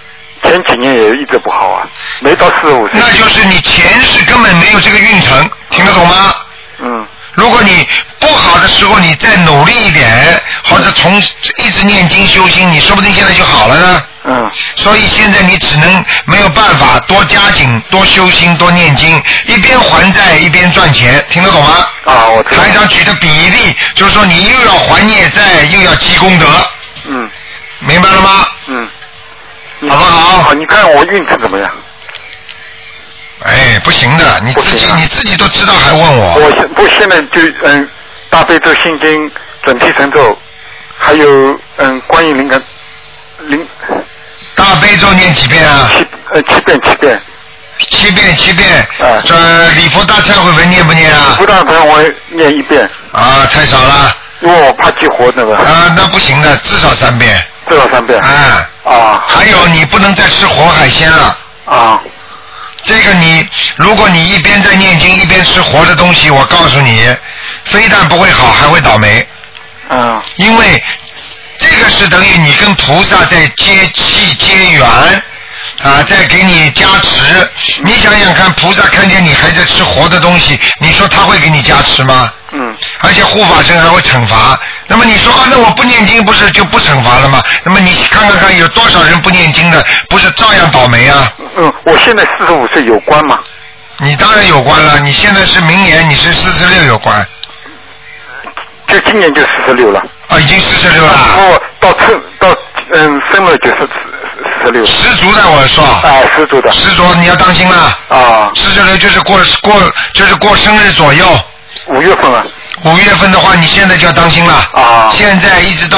L: 前几年也一直不好啊，没到四十五岁。
A: 那就是你前世根本没有这个运程，听得懂吗？嗯。如果你不好的时候，你再努力一点，或者从一直念经修心，你说不定现在就好了呢。嗯。所以现在你只能没有办法多加紧、多修心、多念经，一边还债一边赚钱，听得懂吗？啊，我台长举的比例就是说，你又要还孽债，又要积功德。嗯。明白了吗？
L: 嗯，
A: 好不好？
L: 好，你看我运程怎么样？
A: 哎，不行啊的，你自己、你自己都知道还问我。
L: 我现不现在就嗯，大悲咒、心经、准提神咒，还有嗯，观音灵感灵
A: 大悲咒念几遍啊？
L: 七呃七遍七遍。
A: 七遍七遍。啊。这礼佛大忏悔文念不念啊？
L: 不但忏我念一遍。
A: 啊，太少了。
L: 因为我怕激活那个。
A: 啊，那不行的，至少三遍。
L: 至少三遍。
A: 啊。
L: 啊。
A: 还有，你不能再吃活海鲜了。
L: 啊。
A: 这个你，如果你一边在念经一边吃活的东西，我告诉你，非但不会好，还会倒霉。
L: 嗯。
A: 因为这个是等于你跟菩萨在接气接缘啊，在给你加持。你想想看，菩萨看见你还在吃活的东西，你说他会给你加持吗？
L: 嗯。
A: 而且护法神还会惩罚。那么你说啊，那我不念经不是就不惩罚了吗？那么你看看看，有多少人不念经的，不是照样倒霉啊？
L: 嗯，我现在四十五岁有关吗？
A: 你当然有关了，你现在是明年，你是四十六有关。
L: 就今年就四十六了。
A: 啊，已经四十六了。
L: 哦，到春到嗯生了就是四十六。
A: 十足的我说。
L: 啊，十足的。
A: 十足，你要当心了。
L: 啊。
A: 四十六就是过过就是过生日左右。
L: 五月份啊。
A: 五月份的话，你现在就要当心了。
L: 啊。
A: 现在一直到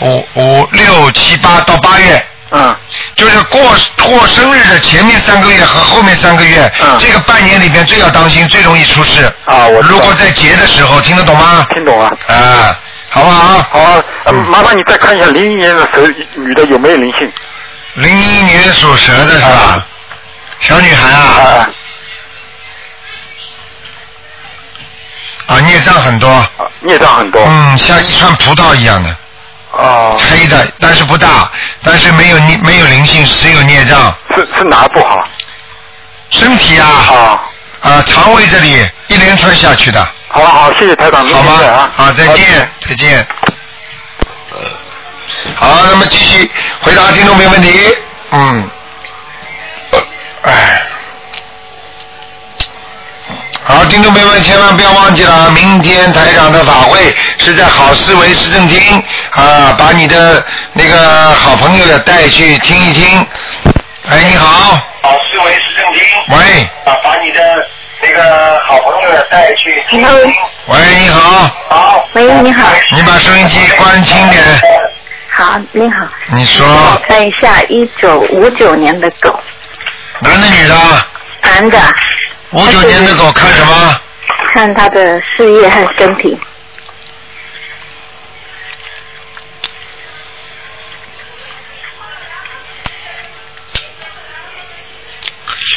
A: 五五六七八到八月。
L: 嗯。
A: 就是过过生日的前面三个月和后面三个月，
L: 嗯
A: 这个半年里边最要当心，最容易出事。
L: 啊，我知道
A: 如果在结的时候，听得懂吗？
L: 听懂啊。
A: 啊，好不好？
L: 好啊，呃麻烦你再看一下零一年的蛇女的有没有灵性？
A: 零一年属蛇的是吧？
L: 啊
A: 小女孩啊。啊，孽障很多。
L: 孽障很多。
A: 嗯，像一串葡萄一样的。
L: 哦。
A: 黑的，但是不大，但是没有孽，没有灵性，只有孽障。
L: 是是哪不好？
A: 身体啊。
L: 啊。
A: 啊，肠胃这里一连串下去的。
L: 好好，谢谢台长，
A: 好吗
L: 谢谢啊？
A: 啊，再见，再见。呃好，那么继续回答听众朋友问题。嗯。哎。好，听众朋友们，千万不要忘记了，啊明天台长的法会是在好思维市政厅啊，把你的那个好朋友也带去听一听。哎，你好。
G: 好，思维是正经，
A: 喂。
G: 啊，把你的那个好朋友带去。
A: 喂，你好。
G: 好。
M: 喂，你好。
A: 你把收音机关轻点。
M: 好，你好。
A: 你说。
M: 我看一下，一九五九年的狗，
A: 男的女的？
M: 男的，
A: 五九年的狗看什么？
M: 看他的事业和身体。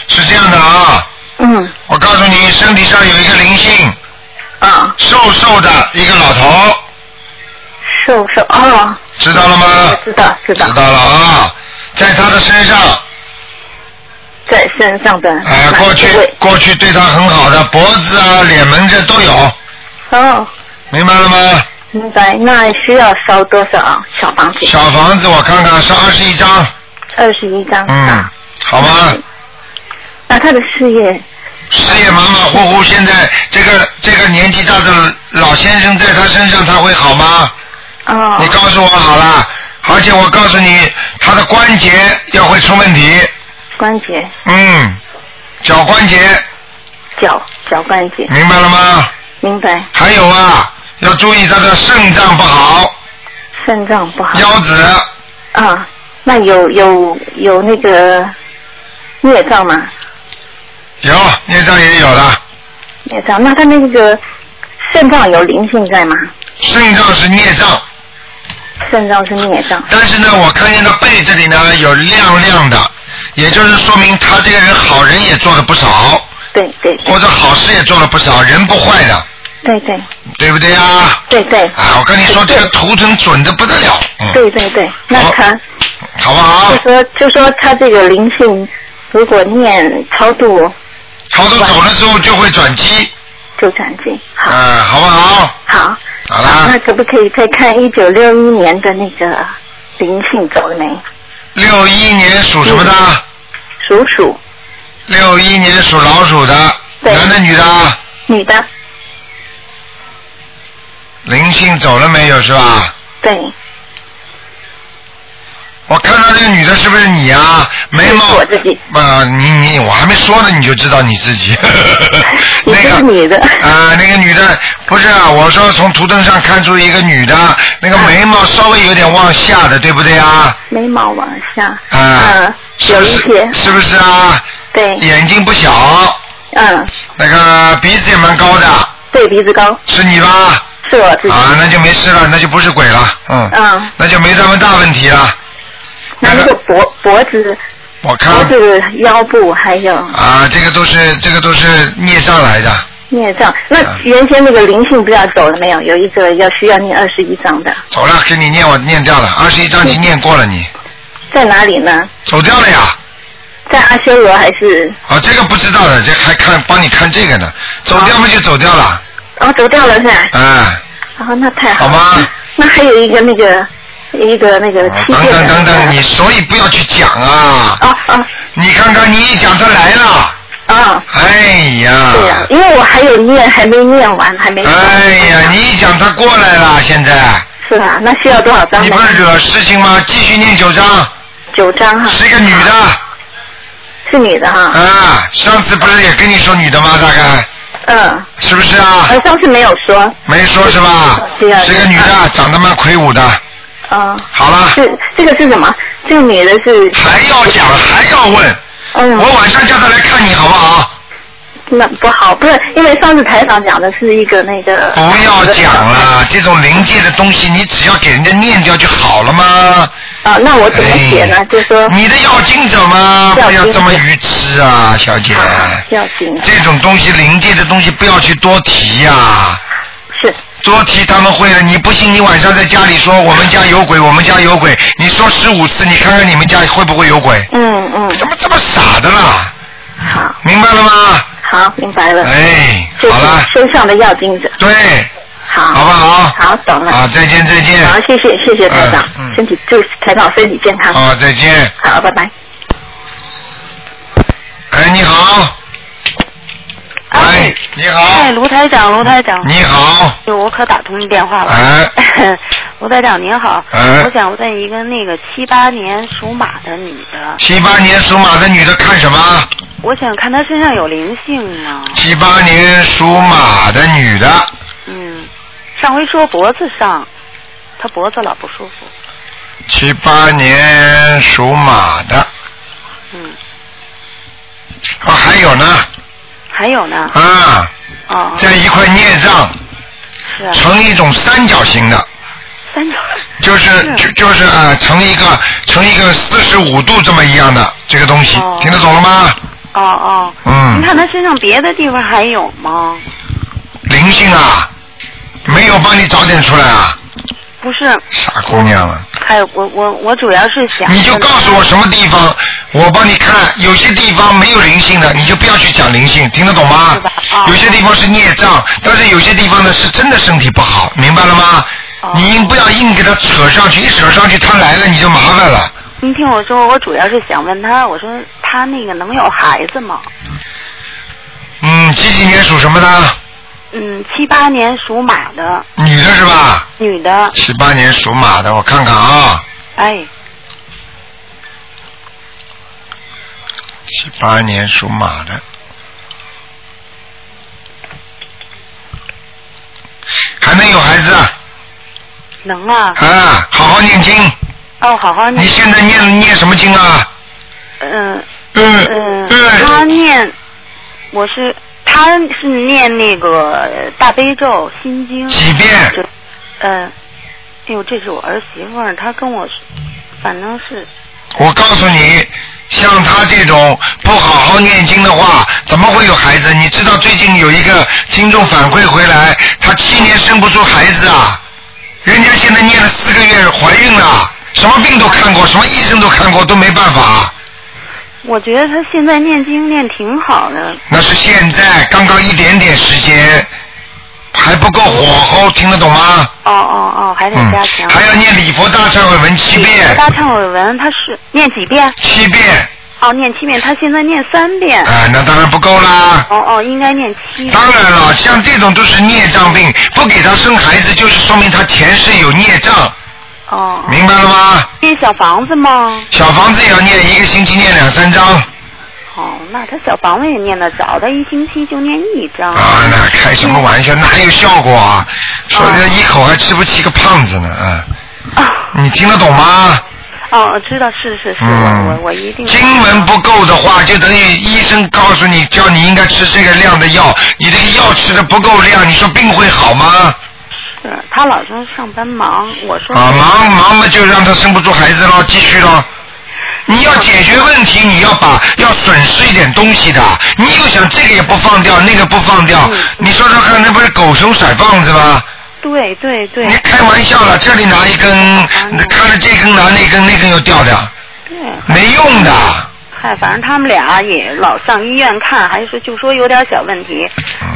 A: 是这样的啊。嗯。我告诉你，身体上有一个灵性。
K: 啊。
A: 瘦瘦的一个老头，
K: 瘦瘦哦，
A: 知道了吗？
K: 知道知道。
A: 啊知道了啊，在他的身上，
K: 在身上的。
A: 哎、呃，过去过去对他很好的，脖子啊、脸门这都有，啊
K: 哦，
A: 明白了吗？
K: 明白。那需要烧多少啊小房子？
A: 小房子我看看是二十一张，
K: 二十一张。
A: 嗯，好吗？
K: 那他的事业
A: 事业马马虎虎，现在这个这个年纪大的老先生在他身上他会好吗？
K: 哦。
A: 你告诉我好了，而且我告诉你，他的关节要会出问题，
K: 关节，
A: 嗯，脚关节
K: 脚脚关节，
A: 明白了吗？
K: 明白。
A: 还有啊，要注意他的肾脏不好，呃
K: 肾脏不好。
A: 腰子
K: 啊，那有有有那个孽障吗？
A: 有孽障也有了，
K: 孽障，那他那个肾脏有灵性在吗？
A: 肾脏是孽障，
K: 肾脏是孽障。
A: 但是呢，我看见他背这里呢有亮亮的，也就是说明他这个人好人也做了不少，
K: 对对
A: 或者好事也做了不少，人不坏的，
K: 对对
A: 对不对啊？
K: 对对
A: 啊，我跟你说，这个图腾准的不得了，嗯，
K: 对对对，那他
A: 好不好？
K: 就说就说他这个灵性，如果念超度
A: 逃走走的时候就会转机，
K: 就转进。
A: 嗯，好不好？
K: 好，
A: 好啦，
K: 那可不可以再看一九六一年的那个灵性走了没？
A: 六一年属什么的？
K: 属鼠，
A: 六一年属老鼠的，男的女的啊？
K: 女的，
A: 灵性走了没有是吧？
K: 对，
A: 我看到这个女的是不是你啊？眉毛。我自己。啊、你你我还没说呢，你就知道你自己。那个
K: 女的。
A: 啊、 那个女的不是啊，我说从图腾上看出一个女的，那个眉毛稍微有点往下的，对不对啊？
K: 眉毛往下，嗯
A: 啊，有一些，是不是啊？
K: 对，
A: 眼睛不小，
K: 嗯，
A: 那个鼻子也蛮高的，
K: 对，鼻子高，
A: 是你吧？
K: 是我自己。
A: 啊，那就没事了，那就不是鬼了，嗯，
K: 嗯，
A: 那就没什么大问题了。
K: 那那个脖脖子、
A: 我
K: 脖
A: 看
K: 子、腰部还有
A: 啊，这个都是这个都是孽障来的，
K: 孽障，
A: 啊
K: 那原先那个灵性不知道走了没有？有一个要需要念二十一章的，
A: 走了，给你念我念掉了，二十一章已经念过了你，
K: 在哪里呢？
A: 走掉了呀。
K: 在阿修罗还是？
A: 啊，这个不知道的，这还看帮你看这个呢，走掉嘛就走掉了，
K: 哦，走掉了是吧？
A: 哎。
K: 哦，那太好了。好吗？那还有一个那个一个那个七
A: 等
K: 月
A: 等
K: 的
A: 等等，你所以不要去讲啊。
K: 啊啊！
A: 你看看，你一讲他来了。
K: 啊。
A: 哎呀。
K: 对呀、因为我还有念还没念完，还没
A: 哎呀，你一讲他过来了，现在。
K: 是吧？那需要多少张
A: 你
K: 呢
A: 不？是惹事情吗？继续念九章。
K: 九章哈。啊
A: 是一个女的
K: 是女的哈。
A: 啊，上次不是也跟你说女的吗？大概
K: 嗯。
A: 是不是啊？
K: 呃，上次没有说。
A: 没说是吧？
K: 对啊
A: 是一个女的，长得蛮魁梧的。
K: 啊。
A: 好了。
K: 是这个是什么？这个女的是。
A: 还要讲，还要问。
K: 嗯。
A: 我晚上叫她来看你好不好？
K: 那不好，不是因为上次台长讲的是一个那个。
A: 不要讲了，这种灵界的东西，你只要给人家念掉就好了吗？
K: 啊，那我怎么写呢？就说
A: 哎你的要经者吗？
K: 要
A: 不
K: 经者
A: 要这么愚痴啊，小姐。
K: 要紧。啊
A: 这种东西，灵界的东西，不要去多提呀、
K: 是。
A: 多提他们会的，你不信你晚上在家里说我们家有鬼，我们家有鬼，你说十五次，你看看你们家会不会有鬼？
K: 嗯嗯。
A: 怎么这么傻的啦？
K: 好。
A: 明白了吗？
K: 好，明白了。
A: 哎，
K: 就是身上的要精者。
A: 对。
K: 好。
A: 好不好？
K: 好，懂了。
A: 好再见再见嗯
K: 好，谢谢谢谢台长，身体祝台长身体健康。
A: 好，啊再见。
K: 好，拜拜。
A: 哎，你好。哎，你好。哦
N: 哎，卢台长，卢台长。
A: 你好。
N: 我可打通你电话了。
A: 哎。
N: 卢台长您好。
A: 哎
N: 我想问一个那个七八年属马的女的。
A: 七八年属马的女的看什么？
N: 我想看她身上有灵性吗？
A: 七八年属马的女的，
N: 嗯，上回说脖子上，她脖子老不舒服。
A: 七八年属马的。
N: 嗯。
A: 啊，还有呢，
N: 还有呢？
A: 啊，
N: 哦。
A: 在一块孽障
N: 是啊。
A: 成一种三角形的，
N: 三角。
A: 就是就就是呃啊，成一个成一个四十五度这么一样的这个东西，听得懂了吗？
N: 哦哦，
A: 嗯
N: 您看他身上别的地方还有吗？
A: 灵性啊，没有帮你早点出来啊，
N: 不是，
A: 傻姑娘啊了。
N: 还有我我我主要是想
A: 你就告诉我什么地方，我帮你看。有些地方没有灵性的，你就不要去讲灵性，听得懂吗？有些地方是孽障，但是有些地方呢是真的身体不好，明白了吗？你硬不要硬给他扯上去，一扯上去他来了你就麻烦了。
N: 您听我说，我主要是想问他，我说他那个能有孩子吗？
A: 嗯，几几年属什么的？
N: 嗯，七八年属马的
A: 女的是吧？
N: 女的，
A: 七八年属马的，我看看啊，
N: 哎，
A: 七八年属马的，还能有孩子啊？
N: 能啊。
A: 啊，好好念经。
N: 哦，好好念。
A: 你现在念念什么经啊？
N: 嗯
A: 嗯
N: 嗯，他念，我是他是念那个呃大悲咒心经。
A: 几遍？
N: 嗯，哎呦，这是我儿媳妇儿，她跟我，反正是
A: 我告诉你，像他这种不好好念经的话，怎么会有孩子？你知道最近有一个听众反馈回来，他七年生不出孩子啊，人家现在念了四个月怀孕了，什么病都看过，什么医生都看过，都没办法。
N: 我觉得他现在念经念挺好的，
A: 那是现在刚刚一点点时间，还不够火候，听得懂吗？嗯
N: 哦哦哦，还得加强。
A: 还要念礼佛大忏悔文七遍，
N: 大忏悔文他是念几遍？
A: 七遍。
N: 哦，念七遍，他现在念三遍。
A: 啊，那当然不够啦。
N: 哦哦，应该念七。
A: 当然了，像这种都是孽障病，不给他生孩子，就是说明他前世有孽障，
N: 哦。
A: 明白了吗？
N: 念小房子吗？
A: 小房子也要念，一个星期念两三张。
N: 哦，那他小房子也念得着，他一星期就念一张。
A: 啊，那开什么玩笑，哪有效果啊？说这一口还吃不起个胖子呢，啊。你听得懂吗？
N: 哦，知道，是是是，
A: 嗯
N: 我我我一定。
A: 经文不够的话，就等于医生告诉你，叫你应该吃这个量的药，你这个药吃的不够量，你说病会好吗？
N: 是他老说上班忙，我说。哎
A: 啊，忙忙嘛就让他生不出孩子咯，继续咯。你要解决问题，你要把要损失一点东西的，你又想这个也不放掉，那个不放掉，
N: 嗯
A: 你说说看，那不是狗熊甩棒子吗？
N: 对对对。
A: 开玩笑了，这里拿一根，
N: 嗯
A: 看了这根拿那根，那根又掉的，没用的。
N: 嗨，反正他们俩也老上医院看，还是就说有点小问题，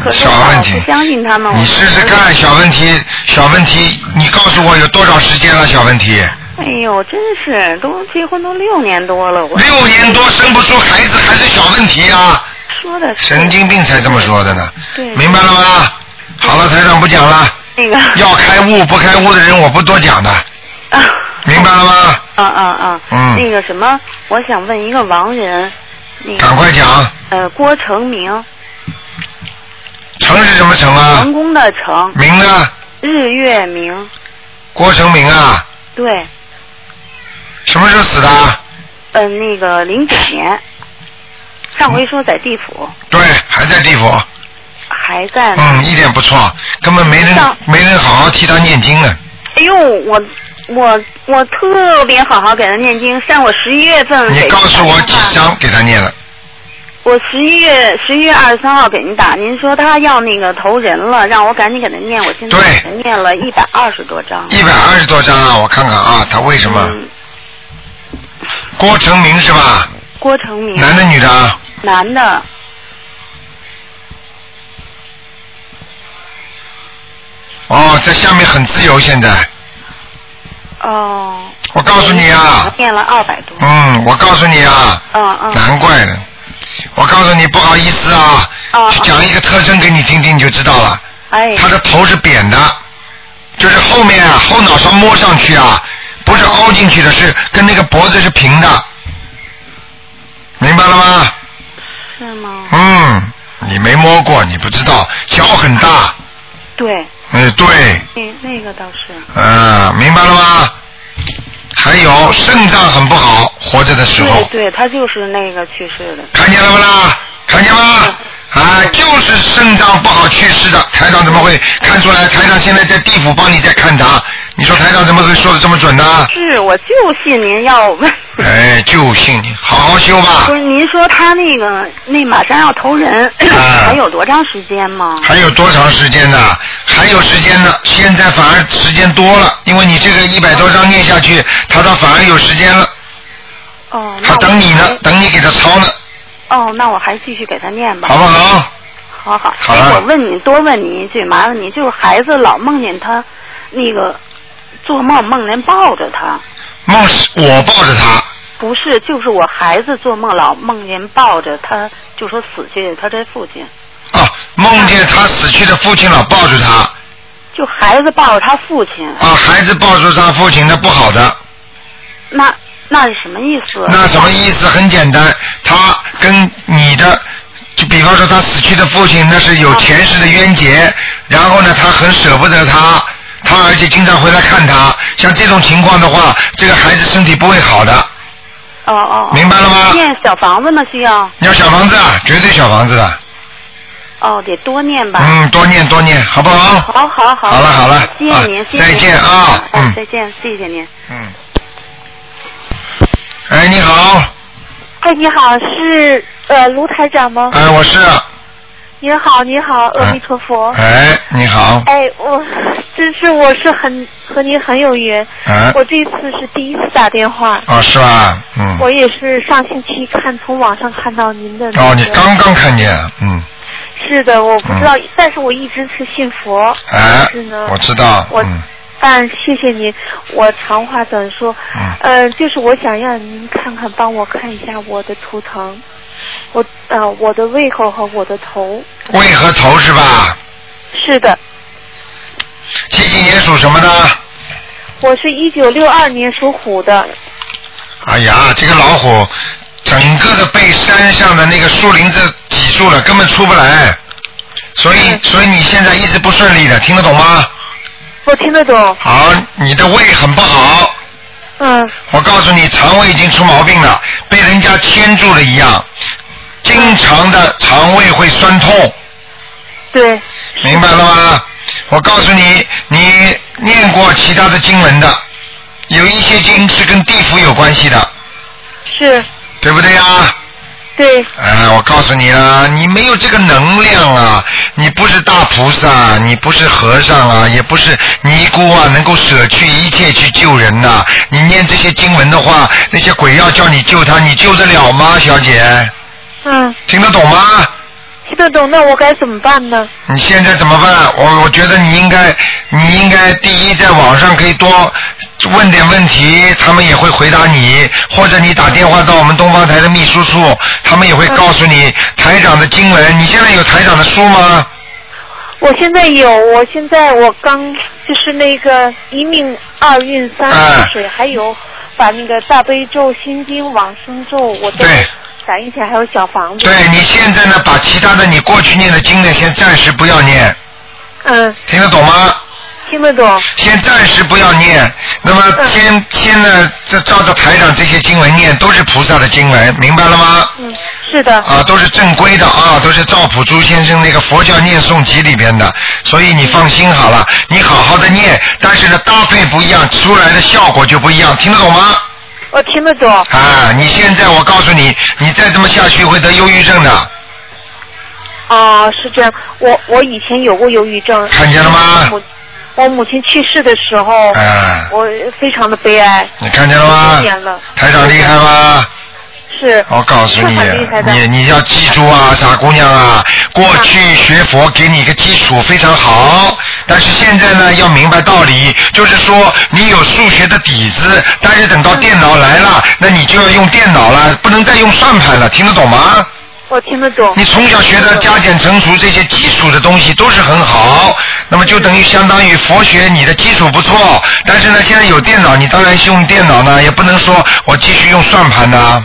N: 可
A: 嗯
N: 是
A: 小
N: 我
A: 问
N: 老
A: 题
N: 不相信他们。我
A: 你试试看，小问题，小问题，你告诉我有多少时间了，小问题？
N: 哎呦，真是都结婚都六年多了，我
A: 六年多生不出孩子还是小问题啊！
N: 说的是
A: 神经病才这么说的呢，
N: 对
A: 明白了吗？好了，台长不讲了，
N: 那个
A: 要开悟不开悟的人我不多讲的，明白了吗？
N: 啊啊啊！
A: 嗯
N: 那个什么，我想问一个亡人，那个
A: 赶快讲。
N: 呃，郭成明，
A: 成是什么成啊？
N: 成功的成，
A: 明呢？
N: 日月明，
A: 郭成明啊，
N: 对，
A: 什么时候死的啊？
N: 呃，那个零九年，上回说在地府
A: 对，还在地府，
N: 还在呢。
A: 嗯，一点不错，根本没人
N: 上
A: 没人好好替他念经呢。
N: 哎呦，我我我特别好好给他念经，像我十一月份
A: 你
N: 给
A: 告诉我几张给他念了？
N: 我十一月十一月二十三号给您打，您说他要那个投人了，让我赶紧给他念，我现在给他念了一百二十多张。
A: 一百二十多张啊，我看看啊，他为什么？郭成明是吧？
N: 郭成明，
A: 男的女的啊？
N: 男的，
A: 哦，在下面很自由现在。
N: 哦。
A: 我告诉你啊，，
N: 念了二百多，
A: 嗯，我告诉你啊，
N: 嗯嗯，
A: 难怪呢。我告诉你，不好意思啊，讲一个特征给你听听，你就知道了。
N: 哦哎，
A: 他的头是扁的，就是后面啊，后脑勺摸上去啊，不是凹进去的，是跟那个脖子是平的，明白了吗？
N: 是吗？
A: 嗯，你没摸过，你不知道，脚很大，
N: 对，
A: 嗯，对，
N: 那那个倒是，
A: 啊，明白了吗？还有肾脏很不好，活着的时候
N: 对对，他就是那个去世的，
A: 看见了不啦？看见吗？啊，就是肾脏不好去世的，台长怎么会看出来？台长现在在地府帮你在看他，你说台长怎么会说的这么准呢？
N: 是我就信您要 问，
A: 哎，就信你，好好修吧。
N: 不是您说他那个那马上要投人，
A: 啊
N: 还有多长时间吗？
A: 还有多长时间呢？还有时间呢，现在反而时间多了，因为你这个一百多张念下去，他倒反而有时间了。
N: 哦，
A: 他等你呢，等你给他抄呢，
N: 哦，那我还继续给他念吧，
A: 好不？好？
N: 好好，
A: 好
N: 哎
A: 了
N: 我问你，多问你一句，麻烦你，就是孩子老梦见他那个做梦梦见抱着他，
A: 梦是我抱着他，
N: 不是，就是我孩子做梦老梦见抱着他，就说死去他这父亲，
A: 梦见他死去的父亲老抱住他，
N: 就孩子抱着他父亲，
A: 啊，孩子抱住他父亲，那不好的。
N: 那那是什么意思？
A: 那什么意思？很简单，他跟你的，就比方说他死去的父亲，那是有前世的冤结，然后呢，他很舍不得他，他而且经常回来看他。像这种情况的话，这个孩子身体不会好的。
N: 哦哦，
A: 明白了吗
N: 念小房子吗？需要？
A: 你要小房子啊，绝对小房子的，
N: 哦，得多念吧。
A: 嗯，多念多念，好不好？
N: 好好好。
A: 好了好了
N: 谢谢您，
A: 啊
N: 谢谢您
A: 再见啊
N: 哎
A: 嗯
N: 再见，谢谢您。
A: 嗯。哎，你好，
K: 哎，你好，是呃卢台长吗？
A: 哎，我是，
K: 您好，您好，阿弥陀佛。
A: 哎，你好，
K: 哎，我真是我是很和您很有缘，
A: 哎
K: 我这次是第一次打电话。
A: 啊，是吧？嗯，
K: 我也是上星期看从网上看到您的、那个。
A: 哦，你刚刚看见，嗯，
K: 是的，我不知道，但是我一直是信佛。
A: 哎
K: 是呢，
A: 我知道，
K: 我
A: 嗯，
K: 但谢谢您，我长话短说，
A: 嗯
K: 呃，就是我想让您看看，帮我看一下我的图腾，我呃我的胃口和我的头。
A: 胃和头是吧？
K: 是的，
A: 几几年属什么呢？
K: 我是一九六二年属虎的。
A: 哎呀，这个老虎整个的被山上的那个树林子挤住了，根本出不来，所以所以你现在一直不顺利的，听得懂吗？
K: 我听得懂。
A: 好，你的胃很不好，
K: 嗯，
A: 我告诉你，肠胃已经出毛病了，被人家牵住了一样，经常的肠胃会酸痛。
K: 对。
A: 明白了吗？我告诉你，你念过其他的经文的，有一些经是跟地府有关系的。
K: 是。
A: 对不对呀、
K: 对。
A: 哎，我告诉你啦，你没有这个能量啊！你不是大菩萨，你不是和尚啊，也不是尼姑啊，能够舍去一切去救人呐、你念这些经文的话，那些鬼要叫你救他，你救得了吗，小姐？
K: 嗯，
A: 听得懂吗？
K: 听得懂，那我该怎么办呢？
A: 你现在怎么办？我我觉得你应该，你应该第一在网上可以多问点问题，他们也会回答你，或者你打电话到我们东方台的秘书处，他们也会告诉你台长的经文。你现在有台长的书吗？
K: 我现在有，我现在我刚就是那个一命二运三风
A: 哎
K: 水，还有把那个大悲咒、心经、往生咒，我都攒一下，还有小房子。
A: 哎对你现在呢，把其他的你过去念的经呢，先暂时不要念，
K: 嗯，
A: 听得懂吗？
K: 听得懂。嗯
A: 先暂时不要念，那么先先呢，这照着台长这些经文念，都是菩萨的经文，明白了吗？
K: 嗯，是的。
A: 啊，都是正规的啊，都是赵普珠先生那个佛教念诵集里边的，所以你放心好了，你好好的念，但是呢搭配不一样，出来的效果就不一样，听得懂吗？
K: 我听得懂。
A: 啊，你现在我告诉你，你再这么下去会得忧郁症的，
K: 啊，是这样。我我以前有过忧郁症。
A: 看见了吗？
K: 我我母亲去世的时候，
A: 啊，
K: 我非常的悲哀。
A: 你看见了吗
K: 多年了。
A: 台长厉害吧？
K: 是。
A: 我告诉你
K: 是很厉害，的嗯
A: 你你要记住啊，傻姑娘啊，过去学佛给你一个基础非常好，但是现在呢要明白道理，就是说你有数学的底子，但是等
K: 嗯
A: 到电脑来了，那你就要用电脑了，不能再用算盘了，听得懂吗？
K: 我听得懂。
A: 你从小学的加减乘除这些基础的东西都是很好，那么就等于相当于佛学你的基础不错，但是呢现在有电脑，你当然是用电脑呢，也不能说我继续用算盘呐、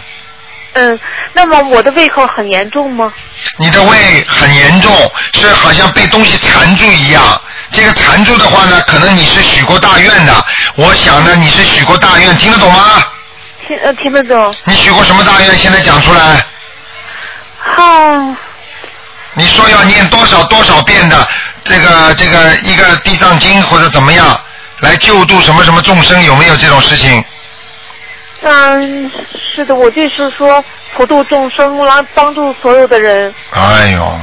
K: 嗯，那么我的胃口很严重吗？
A: 你的胃很严重，是好像被东西缠住一样。这个缠住的话呢，可能你是许过大愿的。我想呢，你是许过大愿，听得懂吗？
K: 听呃听得懂。
A: 你许过什么大愿？现在讲出来。
K: 哈、
A: 你说要念多少多少遍的这个这个一个地藏经或者怎么样来救度什么什么众生，有没有这种事情？
K: 嗯，是的，我就是说普度众生，然后帮助所有的人。
A: 哎呦，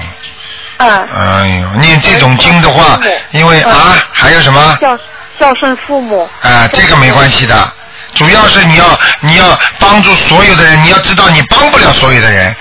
K: 嗯，
A: 哎呦，念这种经的话，因为啊
K: 呃
A: 还有什么？
K: 孝孝顺父母。
A: 啊，这个没关系的，主要是你要你要帮助所有的人，你要知道你帮不了所有的人，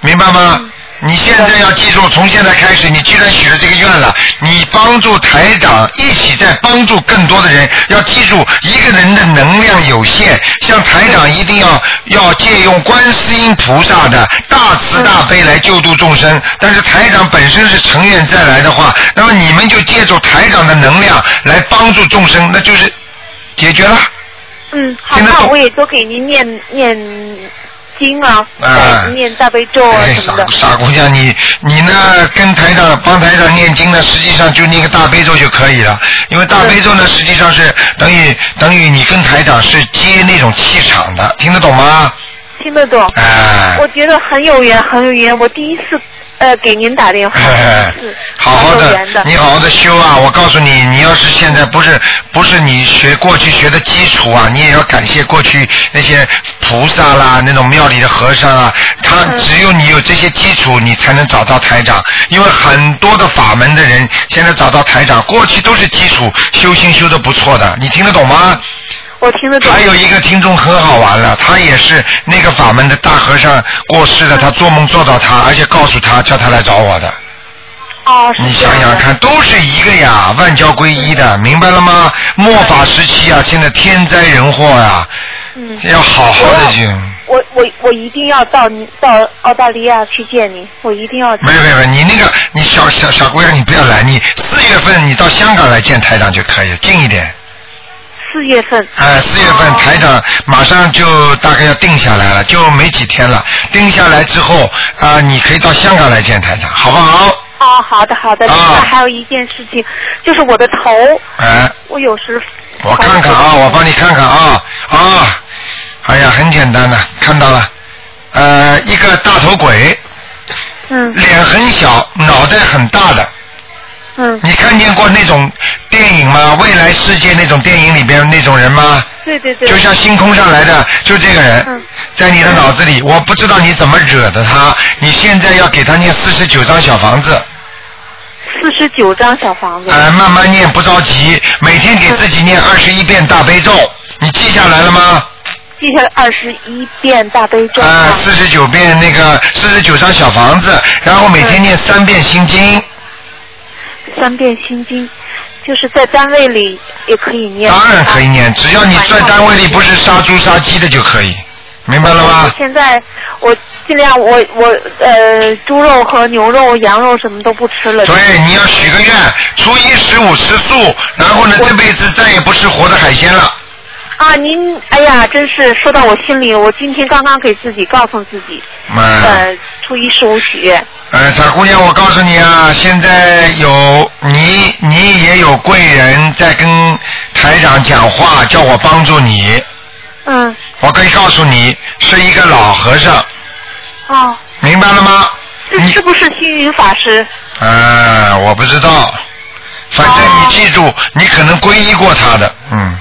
A: 明白吗？你现在要记住，从现在开始，你既然许了这个愿了，你帮助台长一起在帮助更多的人。要记住，一个人的能量有限，像台长一定要要借用观世音菩萨的大慈大悲来救度众生。但是台长本身是成员再来的话，那么你们就借助台长的能量来帮助众生，那就是解决了。
K: 嗯，好，那我也都给您念念经啊，
A: 哎
K: 再念大悲咒啊
A: 哎，
K: 什
A: 傻
K: 么的。
A: 傻姑娘，你你呢跟台长帮台长念经呢，实际上就念个大悲咒就可以了，因为大悲咒呢实际上是等于等于你跟台长是接那种气场的，听得懂吗？
K: 听得懂。
A: 哎
K: 我觉得很有缘，很有缘。我第一次呃给您打电话，
A: 哎
K: 是
A: 好好
K: 很有
A: 的
K: 缘的，
A: 你好好的修啊！我告诉你，你要是现在不是不是你学过去学的基础啊，你也要感谢过去那些菩萨啦、那种庙里的和尚啊，他
K: 嗯
A: 只有你有这些基础，你才能找到台长。因为很多的法门的人现在找到台长，过去都是基础修心修的不错的，你听得懂吗？
K: 我听得
A: 懂。还有一个听众很好玩了，他也是那个法门的大和尚过世了，他做梦做到他，而且告诉他叫他来找我的。
K: 哦，
A: 你想想看，都是一个呀，万教归一的，明白了吗？末法时期啊，现在天灾人祸啊，
K: 嗯，
A: 要好好的去。
K: 我我我一定要到您到澳大利亚去见您，我一定要去。
A: 没有没有，没有你那个你小小小姑娘，你不要来，你四月份你到香港来见台长就可以，近一点。
K: 四月份。哦
A: 哎，四月份台长马上就大概要定下来了，就没几天了。定下来之后啊、你可以到香港来见台长，好不好？
K: 哦，好的好的。
A: 啊
K: 另外还有一件事情，就是我的头，
A: 哎，
K: 我有时
A: 我看看啊，我帮你看看啊啊，哎呀，很简单的，看到了，呃，一个大头鬼，
K: 嗯，
A: 脸很小，脑袋很大的。
K: 嗯。
A: 你看见过那种电影吗？未来世界那种电影里边那种人吗？
K: 对对对。嗯
A: 就像星空上来的，就这个人，在你的脑子里，我不知道你怎么惹的他。你现在要给他念四十九张小房子，
K: 四十九张小房子。
A: 呃，慢慢念，不着急，每天给自己念二十一遍大悲咒。你记下来了吗？
K: 记下来二十一遍大悲咒。
A: 啊，四十九遍那个四十九张小房子，然后每天念三遍心经。
K: 三遍心经，就是在单位里也可以念。
A: 当然可以念，只要你在单位里不是杀猪杀鸡的就可以，明白了
K: 我
A: 吗？
K: 现在我尽量我我呃猪肉和牛肉、羊肉什么都不吃了。
A: 对，你要许个愿，初一十五吃素，然后呢，这辈子再也不吃活的海鲜了。
K: 啊，您哎呀，真是说到我心里，我今天刚刚给自己告诉自己，
A: 嗯，
K: 呃，初一十五许愿。
A: 呃，傻姑娘，我告诉你啊，现在有你，你也有贵人在跟台长讲话，叫我帮助你。
K: 嗯，
A: 我可以告诉你，是一个老和尚，
K: 哦，
A: 明白了吗？
K: 这是不是星云法师？
A: 啊，我不知道，反正你记住，你可能皈依过他的，嗯，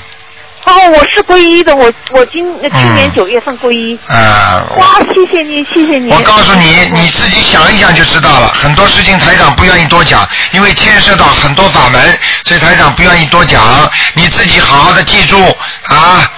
K: 哦，我是皈依的，我我今去
A: 嗯
K: 年九月份皈依。
A: 啊，
K: 哇，谢谢您，谢谢您。
A: 我告诉你，你自己想一想就知道了。很多事情台长不愿意多讲，因为牵涉到很多法门，所以台长不愿意多讲。你自己好好的记住啊。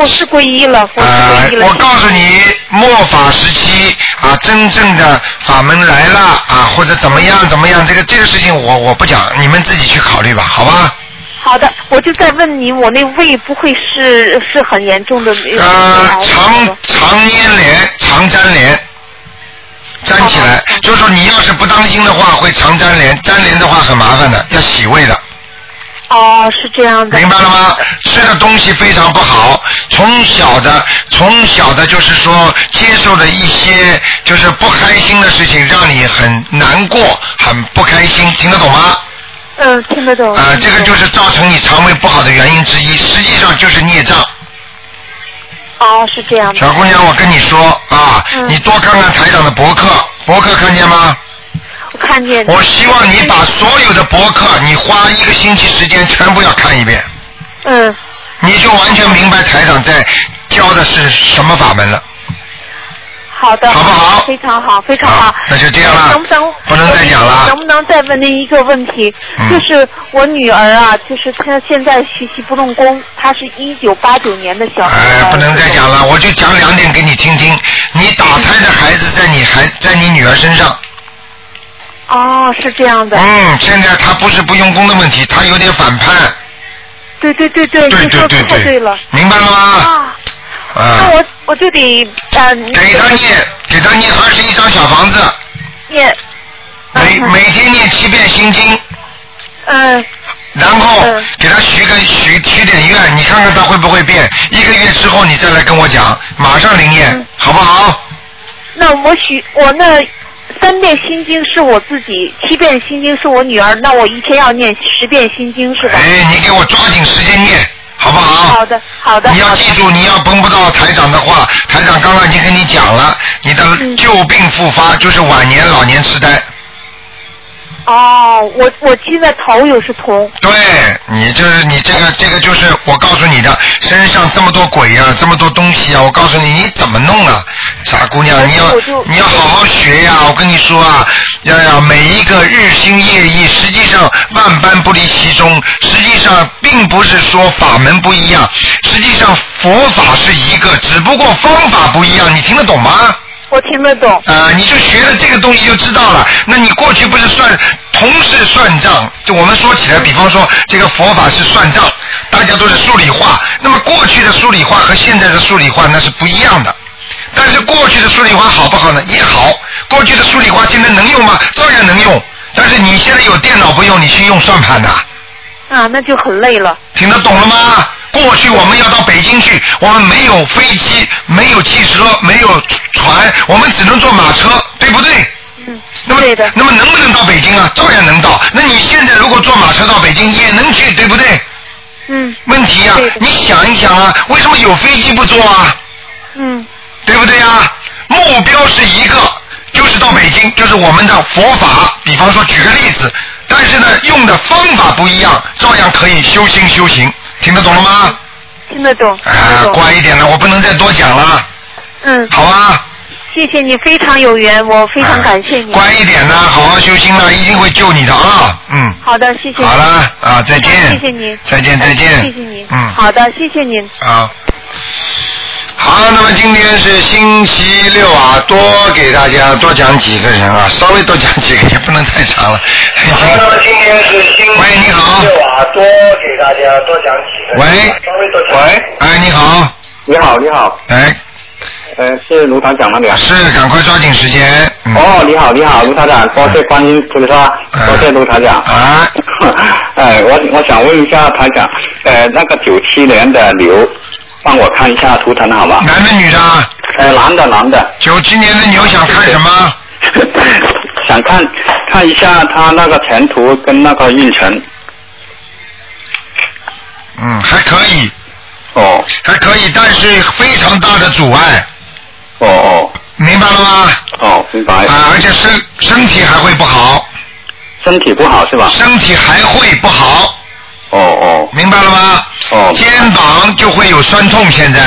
K: 我是皈依了，
A: 我是皈依呃了。我告诉你，末法时期啊，真正的法门来了啊，或者怎么样怎么样，这个这个事情我我不讲，你们自己去考虑吧，好吧？
K: 好的，我就再问您，我那胃不会是是很严重的？
A: 呃，常常粘连，常哎粘连，粘起来。就是说你要是不当心的话，会常粘连，粘连的话很麻烦的，要洗胃的。
K: 哦，是这样
A: 的。明白了吗？吃的东西非常不好，从小的从小的就是说接受的一些就是不开心的事情，让你很难过，很不开心，听得懂吗？
K: 嗯，听得懂。
A: 啊、这个就是造成你肠胃不好的原因之一，实际上就是孽障。
K: 哦，是这样的。嗯
A: 小姑娘，我跟你说啊，你多看看台长的博客，博客看见吗？
K: 看见。
A: 我希望你把所有的博客，你花一个星期时间全部要看一遍，
K: 嗯，
A: 你就完全明白台长在教的是什么法门了。
K: 好的，好不好？非常好，非常好。
A: 那就这样了
K: 能不能
A: 不能再讲了嗯
K: 能不能再问您一个问题？就是我女儿啊，就是她现在学习不用功，她是一九八九年的小孩。
A: 哎不能再讲了，我就讲两点给你听听。你打胎的孩子在你孩在你女儿身上，
K: 哦，是这样的。
A: 嗯，现在她不是不用功的问题，她有点反叛，
K: 对对对对，
A: 对
K: 你说
A: 对对
K: 太
A: 对
K: 对了。
A: 明白了吗？
K: 啊，
A: 啊
K: 那，我我就得呃。给
A: 她念给她念二十一张小房子，
K: 念。啊
A: 每每天念七遍心经。
K: 嗯。
A: 然后给她许个许许点愿，你看看她会不会变。一个月之后你再来跟我讲，马上灵
K: 嗯
A: 验，好不好？
K: 那我许我那三遍心经是我自己，七遍心经是我女儿，那我一天要念十遍心经是吧？
A: 哎，你给我抓紧时间念，好不好？好
K: 的，好
A: 的。你要记住，你要碰不到台长的话，台长刚刚已经跟你讲了，你的
K: 嗯
A: 旧病复发就是晚年老年痴呆。
K: 哦，我我现在头有是痛。
A: 对你就是你这个这个就是我告诉你的，身上这么多鬼呀、这么多东西啊，我告诉你你怎么弄啊，傻姑娘，
K: 嗯
A: 你要你要好好学呀、我跟你说啊，要要每一个日新夜异，实际上万般不离其中，实际上并不是说法门不一样，实际上佛法是一个，只不过方法不一样，你听得懂吗？
K: 我听得懂。
A: 啊，你就学了这个东西就知道了。那你过去不是算同是算账？就我们说起来，比方说这个佛法是算账，大家都是数理化。那么过去的数理化和现在的数理化那是不一样的。但是过去的数理化好不好呢？也好。过去的数理化现在能用吗？照样能用。但是你现在有电脑不用，你去用算盘呐、
K: 啊，那就很累了。
A: 听得懂了吗？过去我们要到北京去，我们没有飞机，没有汽车，没有船，我们只能坐马车，对不对？嗯。那么，那么能不能到北京啊？照样能到。那你现在如果坐马车到北京，也能去，对不对？
K: 嗯。
A: 问题呀、你想一想啊，为什么有飞机不坐啊？
K: 嗯。
A: 对不对呀、目标是一个，就是到北京，就是我们的佛法。比方说，举个例子，但是呢，用的方法不一样，照样可以修心修行，听得懂了吗？
K: 听得懂。
A: 啊，乖一点了，我不能再多讲了，
K: 嗯。
A: 好啊。哎
K: 谢谢你，非常有缘，我非常感谢你。
A: 乖一点啦，好好修心啦，一定会救你的啊，嗯，
K: 好的，谢谢你。嗯
A: 好啦，啊，再见，
K: 谢谢您。
A: 再见，再见，
K: 嗯谢谢您。
A: 嗯，
K: 好的，谢谢您。
A: 好。好，那么今天是星期六啊，多给大家多讲几个人啊，稍微多讲几个，也不能太长了。
G: 好，那么今天是星期六啊，多给大家多讲几个，
A: 喂
G: 稍微多讲。
A: 喂，哎，你好，
G: 你好，你好，
A: 哎，
G: 呃，是卢厂长那里啊？
A: 是，赶快抓紧时间。嗯
G: 哦，你好，你好，卢厂长，多谢观音菩萨，多谢卢厂长。
A: 啊，
G: 哎，我我想问一下台长，呃，那个九七年的牛，帮我看一下图腾好吗？
A: 男的女的？啊
G: 呃，男的，男的。
A: 九七年的牛想看什么？
G: 想看看一下他那个前途跟那个运程。
A: 嗯，还可以。
G: 哦。
A: 还可以，但是非常大的阻碍。
G: 哦哦。
A: 明白了吗？
G: 哦，明白。
A: 啊，而且身身体还会不好。
G: 身体不好是吧？
A: 身体还会不好。
G: 哦哦。
A: 明白了吗？
G: 哦。
A: 肩膀就会有酸痛，现在。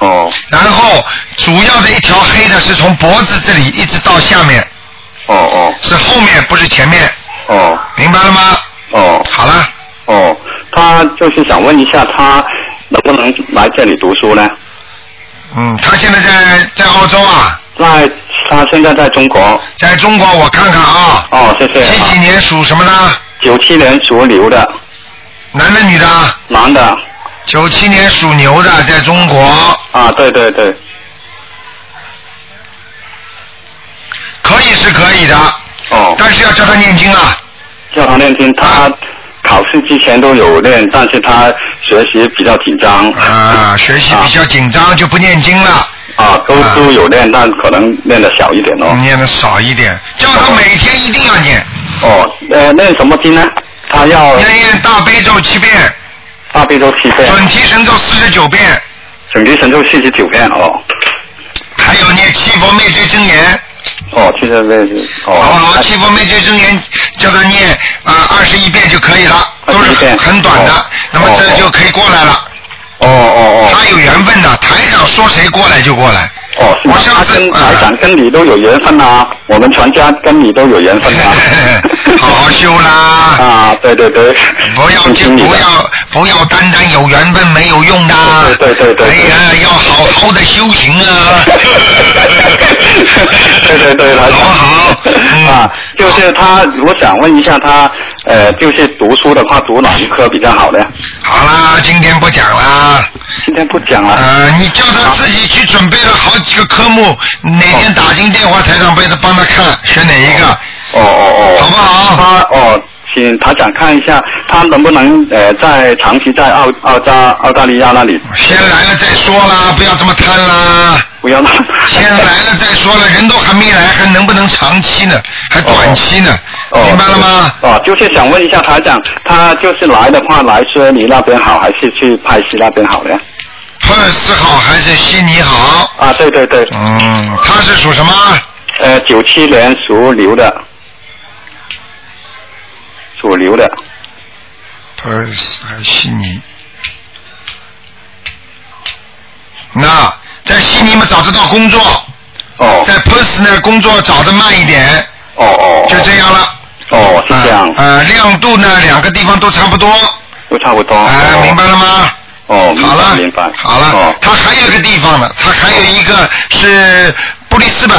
G: 哦。
A: 然后主要的一条黑的是从脖子这里一直到下面。
G: 哦哦。
A: 是后面，不是前面。
G: 哦。
A: 明白了吗？
G: 哦。
A: 好了。
G: 哦，他就是想问一下，他能不能来这里读书呢？
A: 嗯，他现在在在澳洲啊。
G: 那他现在在中国。
A: 在中国，我看看啊。
G: 哦，谢谢。
A: 几几年属什么呢？
G: 九七年属牛的。
A: 男的女的？
G: 男的。
A: 九七年属牛的，在中国。
G: 啊，对对对，
A: 可以是可以的。
G: 哦。
A: 但是要叫他念经啊。
G: 教堂练经，他考试之前都有练，但是他学习比较紧张。
A: 啊，学习比较紧张，就不念经了。
G: 啊，都
A: 嗯
G: 都有练，但可能练的少一点哦。
A: 念的少一点。叫他每天一定要念。
G: 哦，呃，练什么经呢？他要
A: 念念大悲咒七遍，
G: 大悲咒七遍，
A: 准提神咒四十九遍，
G: 准提神咒四十九遍哦。
A: 还有念七佛灭罪真言。
G: 哦，去这位置哦。
A: 好不好？七佛灭罪真言叫他念啊二十一遍就可以了，都是很很短的，那么这就可以过来了。
G: 哦哦哦。
A: 他有缘分的，台长说谁过来就过来。
G: 哦，是吗？他跟台长跟你都有缘分啊，我们全家跟你都有缘分啊。
A: 好好修啦！
G: 啊，对对对，
A: 不要就不要不要单单有缘分没有用的。
G: 对对对对。
A: 哎呀，要好好的修行 啊！
G: 对 对 对，台长。好。
A: 嗯
G: 啊，就是他，我想问一下他，呃，就是读书的话，读哪一科比较好呢？
A: 好啦，今天不讲啦。
G: 今天不讲了。
A: 呃，你叫他自己去准备了好几个科目，哪天打进电话台上帮他帮他看选哪一个。
G: 哦哦哦，好不
A: 好？
G: 他哦，请台长看一下，他能不能呃在长期在澳澳大澳大利亚那里？
A: 先来了再说啦，不要这么贪啦。
G: 不要啦。
A: 先来了再说了，人都还没来，还能不能长期呢？还短期呢？明白了吗？
G: 哦，就是想问一下台长，他就是来的话，来悉尼那边好，还是去派西那边好呢？
A: 珀尔斯好还是悉尼好？
G: 啊，对对对。
A: 嗯，他是属什么？
G: 呃，九七年属牛的，属牛的。
A: 珀尔斯还是哎悉尼？那在悉尼嘛找得到工作。
G: 哦。
A: 在 p e r s 呢工作找的慢一点。
G: 哦哦。
A: 就这样了。
G: 哦，是这样。
A: 呃，亮度呢两个地方都差不多。
G: 都差不多。
A: 哎、明白了吗？
G: 哦，明
A: 好了
G: 白明 白。
A: 好了，
G: 哦
A: 它还有一个地方呢，它还有一个是布里斯本。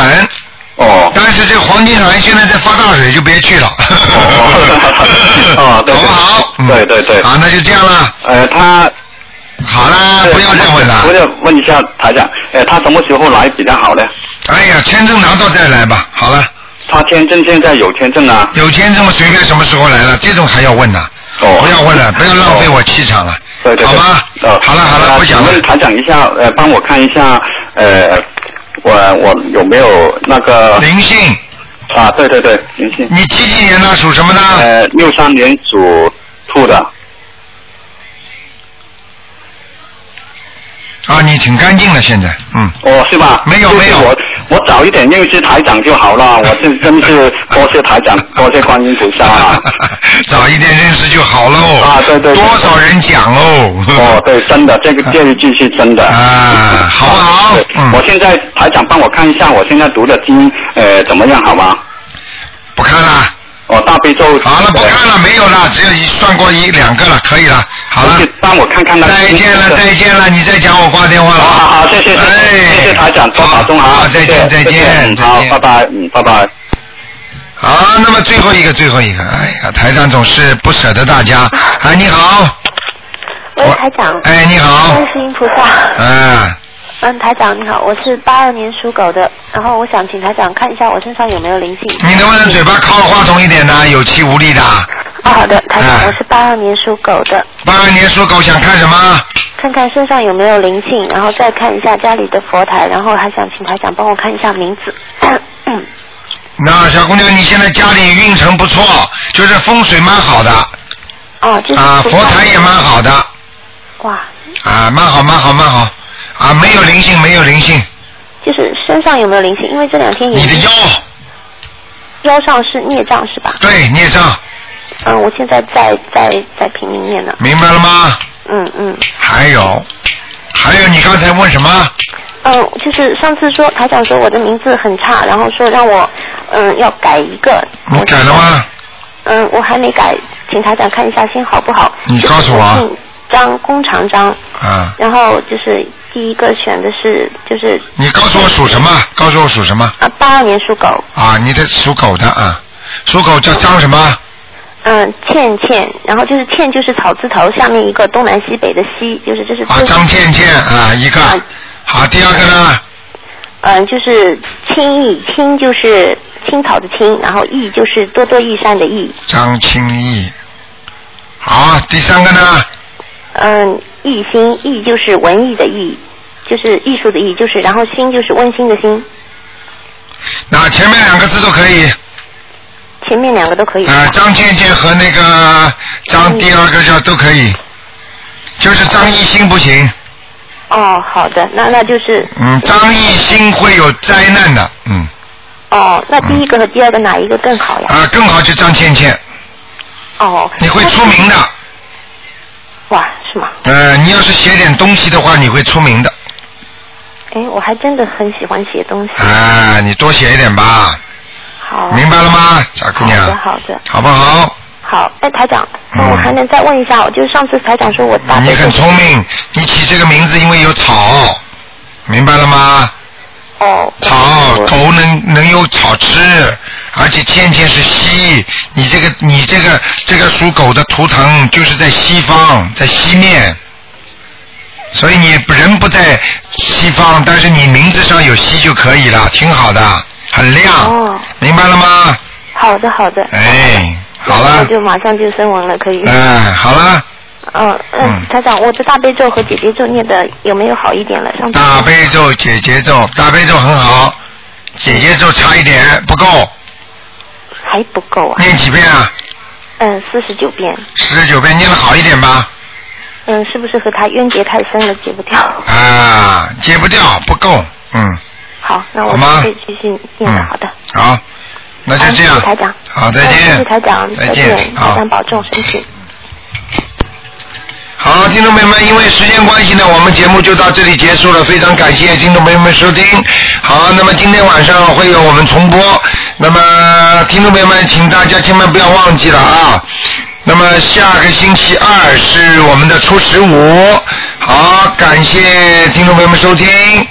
G: 哦。
A: 但是这个黄金海岸现在在发大水，就别去了。
G: 哦，对，好不好？对对对。
A: 啊，那就这样了。
G: 呃，他。
A: 好啦，
G: 不要这样问了。我就问一下台长，呃，他什么时候来比较好呢？
A: 哎呀，签证拿到再来吧。好了，
G: 他签证现在有签证啊？
A: 有签证随便什么时候来了，这种还要问呢？
G: 哦
A: 不要问了，不要浪费我气场了。
G: 对对对。好吧。呃，好了好了，我想问台长一下，呃，帮我看一下，呃，我我有没有那个
A: 灵性？
G: 啊，对对对，灵性。
A: 你几几年的？属什么的？
G: 呃，六三年属兔的。
A: 啊，你挺干净的现在，嗯。
G: 哦，是吧？
A: 没有
G: 就是
A: 没有
G: 我我早一点认识台长就好了。我是真是多谢 台长，多谢观音菩萨啊。
A: 早一点认识就好喽。
G: 啊，对对。多
A: 少人讲哦？
G: 哦， 对，真的，这个这一句是真的。
A: 啊，好不
G: 好？我现在台长帮我看一下，我现在读的经呃怎么样，好吗？
A: 不看了。
G: 哦，大悲咒。
A: 好了，不看了，没有了，只有一算过一两个了，可以了。好了，
G: 帮我看看那个
A: 再见了，再见了，你再讲我挂电话了。好
G: 好，谢谢，谢谢台长，多保重啊！
A: 哎再见
G: 谢
A: 再
G: 谢
A: 见
G: 嗯好，拜拜，嗯，拜拜。
A: 好，那么最后一个，最后一个，哎呀，台长总是不舍得大家。哎，你好，
O: 喂，台长。
A: 哎，你好。
O: 观世音菩萨。
A: 哎，
O: 嗯，台长你好，我是八二年属狗的，然后我想请台长看一下我身上有没有灵性。
A: 你能不能嘴巴靠话筒一点呢？有气无力的。
O: 啊，好的，台
A: 哎
O: 长，我是八二年属狗的，
A: 八二年属狗，想看什么？
O: 看看身上有没有灵性，然后再看一下家里的佛台，然后还想请台长帮我看一下名字。
A: 那小姑娘，你现在家里运程不错，就是风水蛮好的。
O: 啊，就是
A: 啊，佛台也蛮好的。
O: 哇。
A: 啊，蛮好，蛮好，蛮好。啊，没有灵性，没有灵性。
O: 就是身上有没有灵性？因为这两天也
A: 你的腰
O: 腰上是孽障是吧？
A: 对，孽障，
O: 嗯，我现在在在在拼命念呢。
A: 明白了吗？
O: 嗯嗯
A: 还有，还有，你刚才问什么？
O: 嗯，就是上次说台长说我的名字很差，然后说让我嗯要改一个。
A: 你改了吗？
O: 嗯，我还没改，请台长看一下先好不好？
A: 你告诉我啊
O: 姓张，弓长张，
A: 啊，
O: 然后就是第一个选的是就是
A: 你告诉我属什么？告诉我属什么？
O: 啊八二年属狗，
A: 啊，你的属狗的啊，属狗叫张什么？
O: 嗯倩倩，然后就是倩就是草字头下面一个东南西北的西，就是这是
A: 啊，张倩倩啊，一个。好，第二个呢？
O: 嗯，就是青意，青就是青草的青，然后益就是多多益善的益，
A: 张清义。好，第三个呢？
O: 嗯，艺心，艺就是文艺的艺，就是艺术的艺，就是然后心就是温馨的心，
A: 那前面两个字都可以。
O: 前面两个都可以。
A: 啊，张倩倩和那个张第二个叫都可以，就是张艺兴不行，
O: 哦，好的，那那就是
A: 嗯，张艺兴会有灾难的，嗯，
O: 哦，那第一个和第二个哪一个更好呀？
A: 啊，更好就张倩倩，
O: 哦，
A: 你会出名的。
O: 哇，是吗？
A: 呃，你要是写点东西的话，你会出名的
O: 哎，我还真的很喜欢写东西。
A: 啊，你多写一点吧。
O: 好。啊
A: 明白了吗，傻姑
O: 好的，
A: 娘？
O: 好的。
A: 好不好？
O: 好，哎，台长，那我还能再问一下，我就是上次台长说我大悲
A: 嗯你很聪明，你起这个名字因为有草，明白了吗？
O: 哦。
A: 草，狗能能有草吃，而且倩倩是西，你这个你这个这个属狗的图腾就是在西方，在西面，所以你人不在西方，但是你名字上有西就可以了，挺好的，很亮，
O: 哦，
A: 明白了吗？
O: 好的，好的。
A: 哎，好
O: 那我
A: 了，
O: 就马上就升文了，可以。
A: 嗯，好了，
O: 嗯嗯，台长，我的大悲咒和姐姐咒念的有没有好一点了？上次
A: 大悲咒、姐姐咒，大悲咒很好，姐姐咒差一点不够，
O: 还不够啊。
A: 念几遍啊？
O: 嗯，四十九遍。
A: 四十九遍念的好一点吧。
O: 嗯，是不是和他冤结太深了，解不掉？
A: 啊，戒不掉，不够，嗯，
O: 好，那我
A: 好吗
O: 们会继续念的。
A: 嗯
O: 好的，
A: 好，那就
O: 好
A: 这
O: 谢
A: 样
O: 谢，台长。
A: 好，再
O: 嗯谢谢
A: 见，
O: 台长，
A: 再
O: 再
A: 见
O: 见，
A: 好
O: 台长保重身体。
A: 好，听众朋友们，因为时间关系呢，我们节目就到这里结束了。非常感谢听众朋友们收听。好，那么今天晚上会有我们重播。那么听众朋友们，请大家千万不要忘记了啊。那么下个星期二是我们的初十五。好，感谢听众朋友们收听。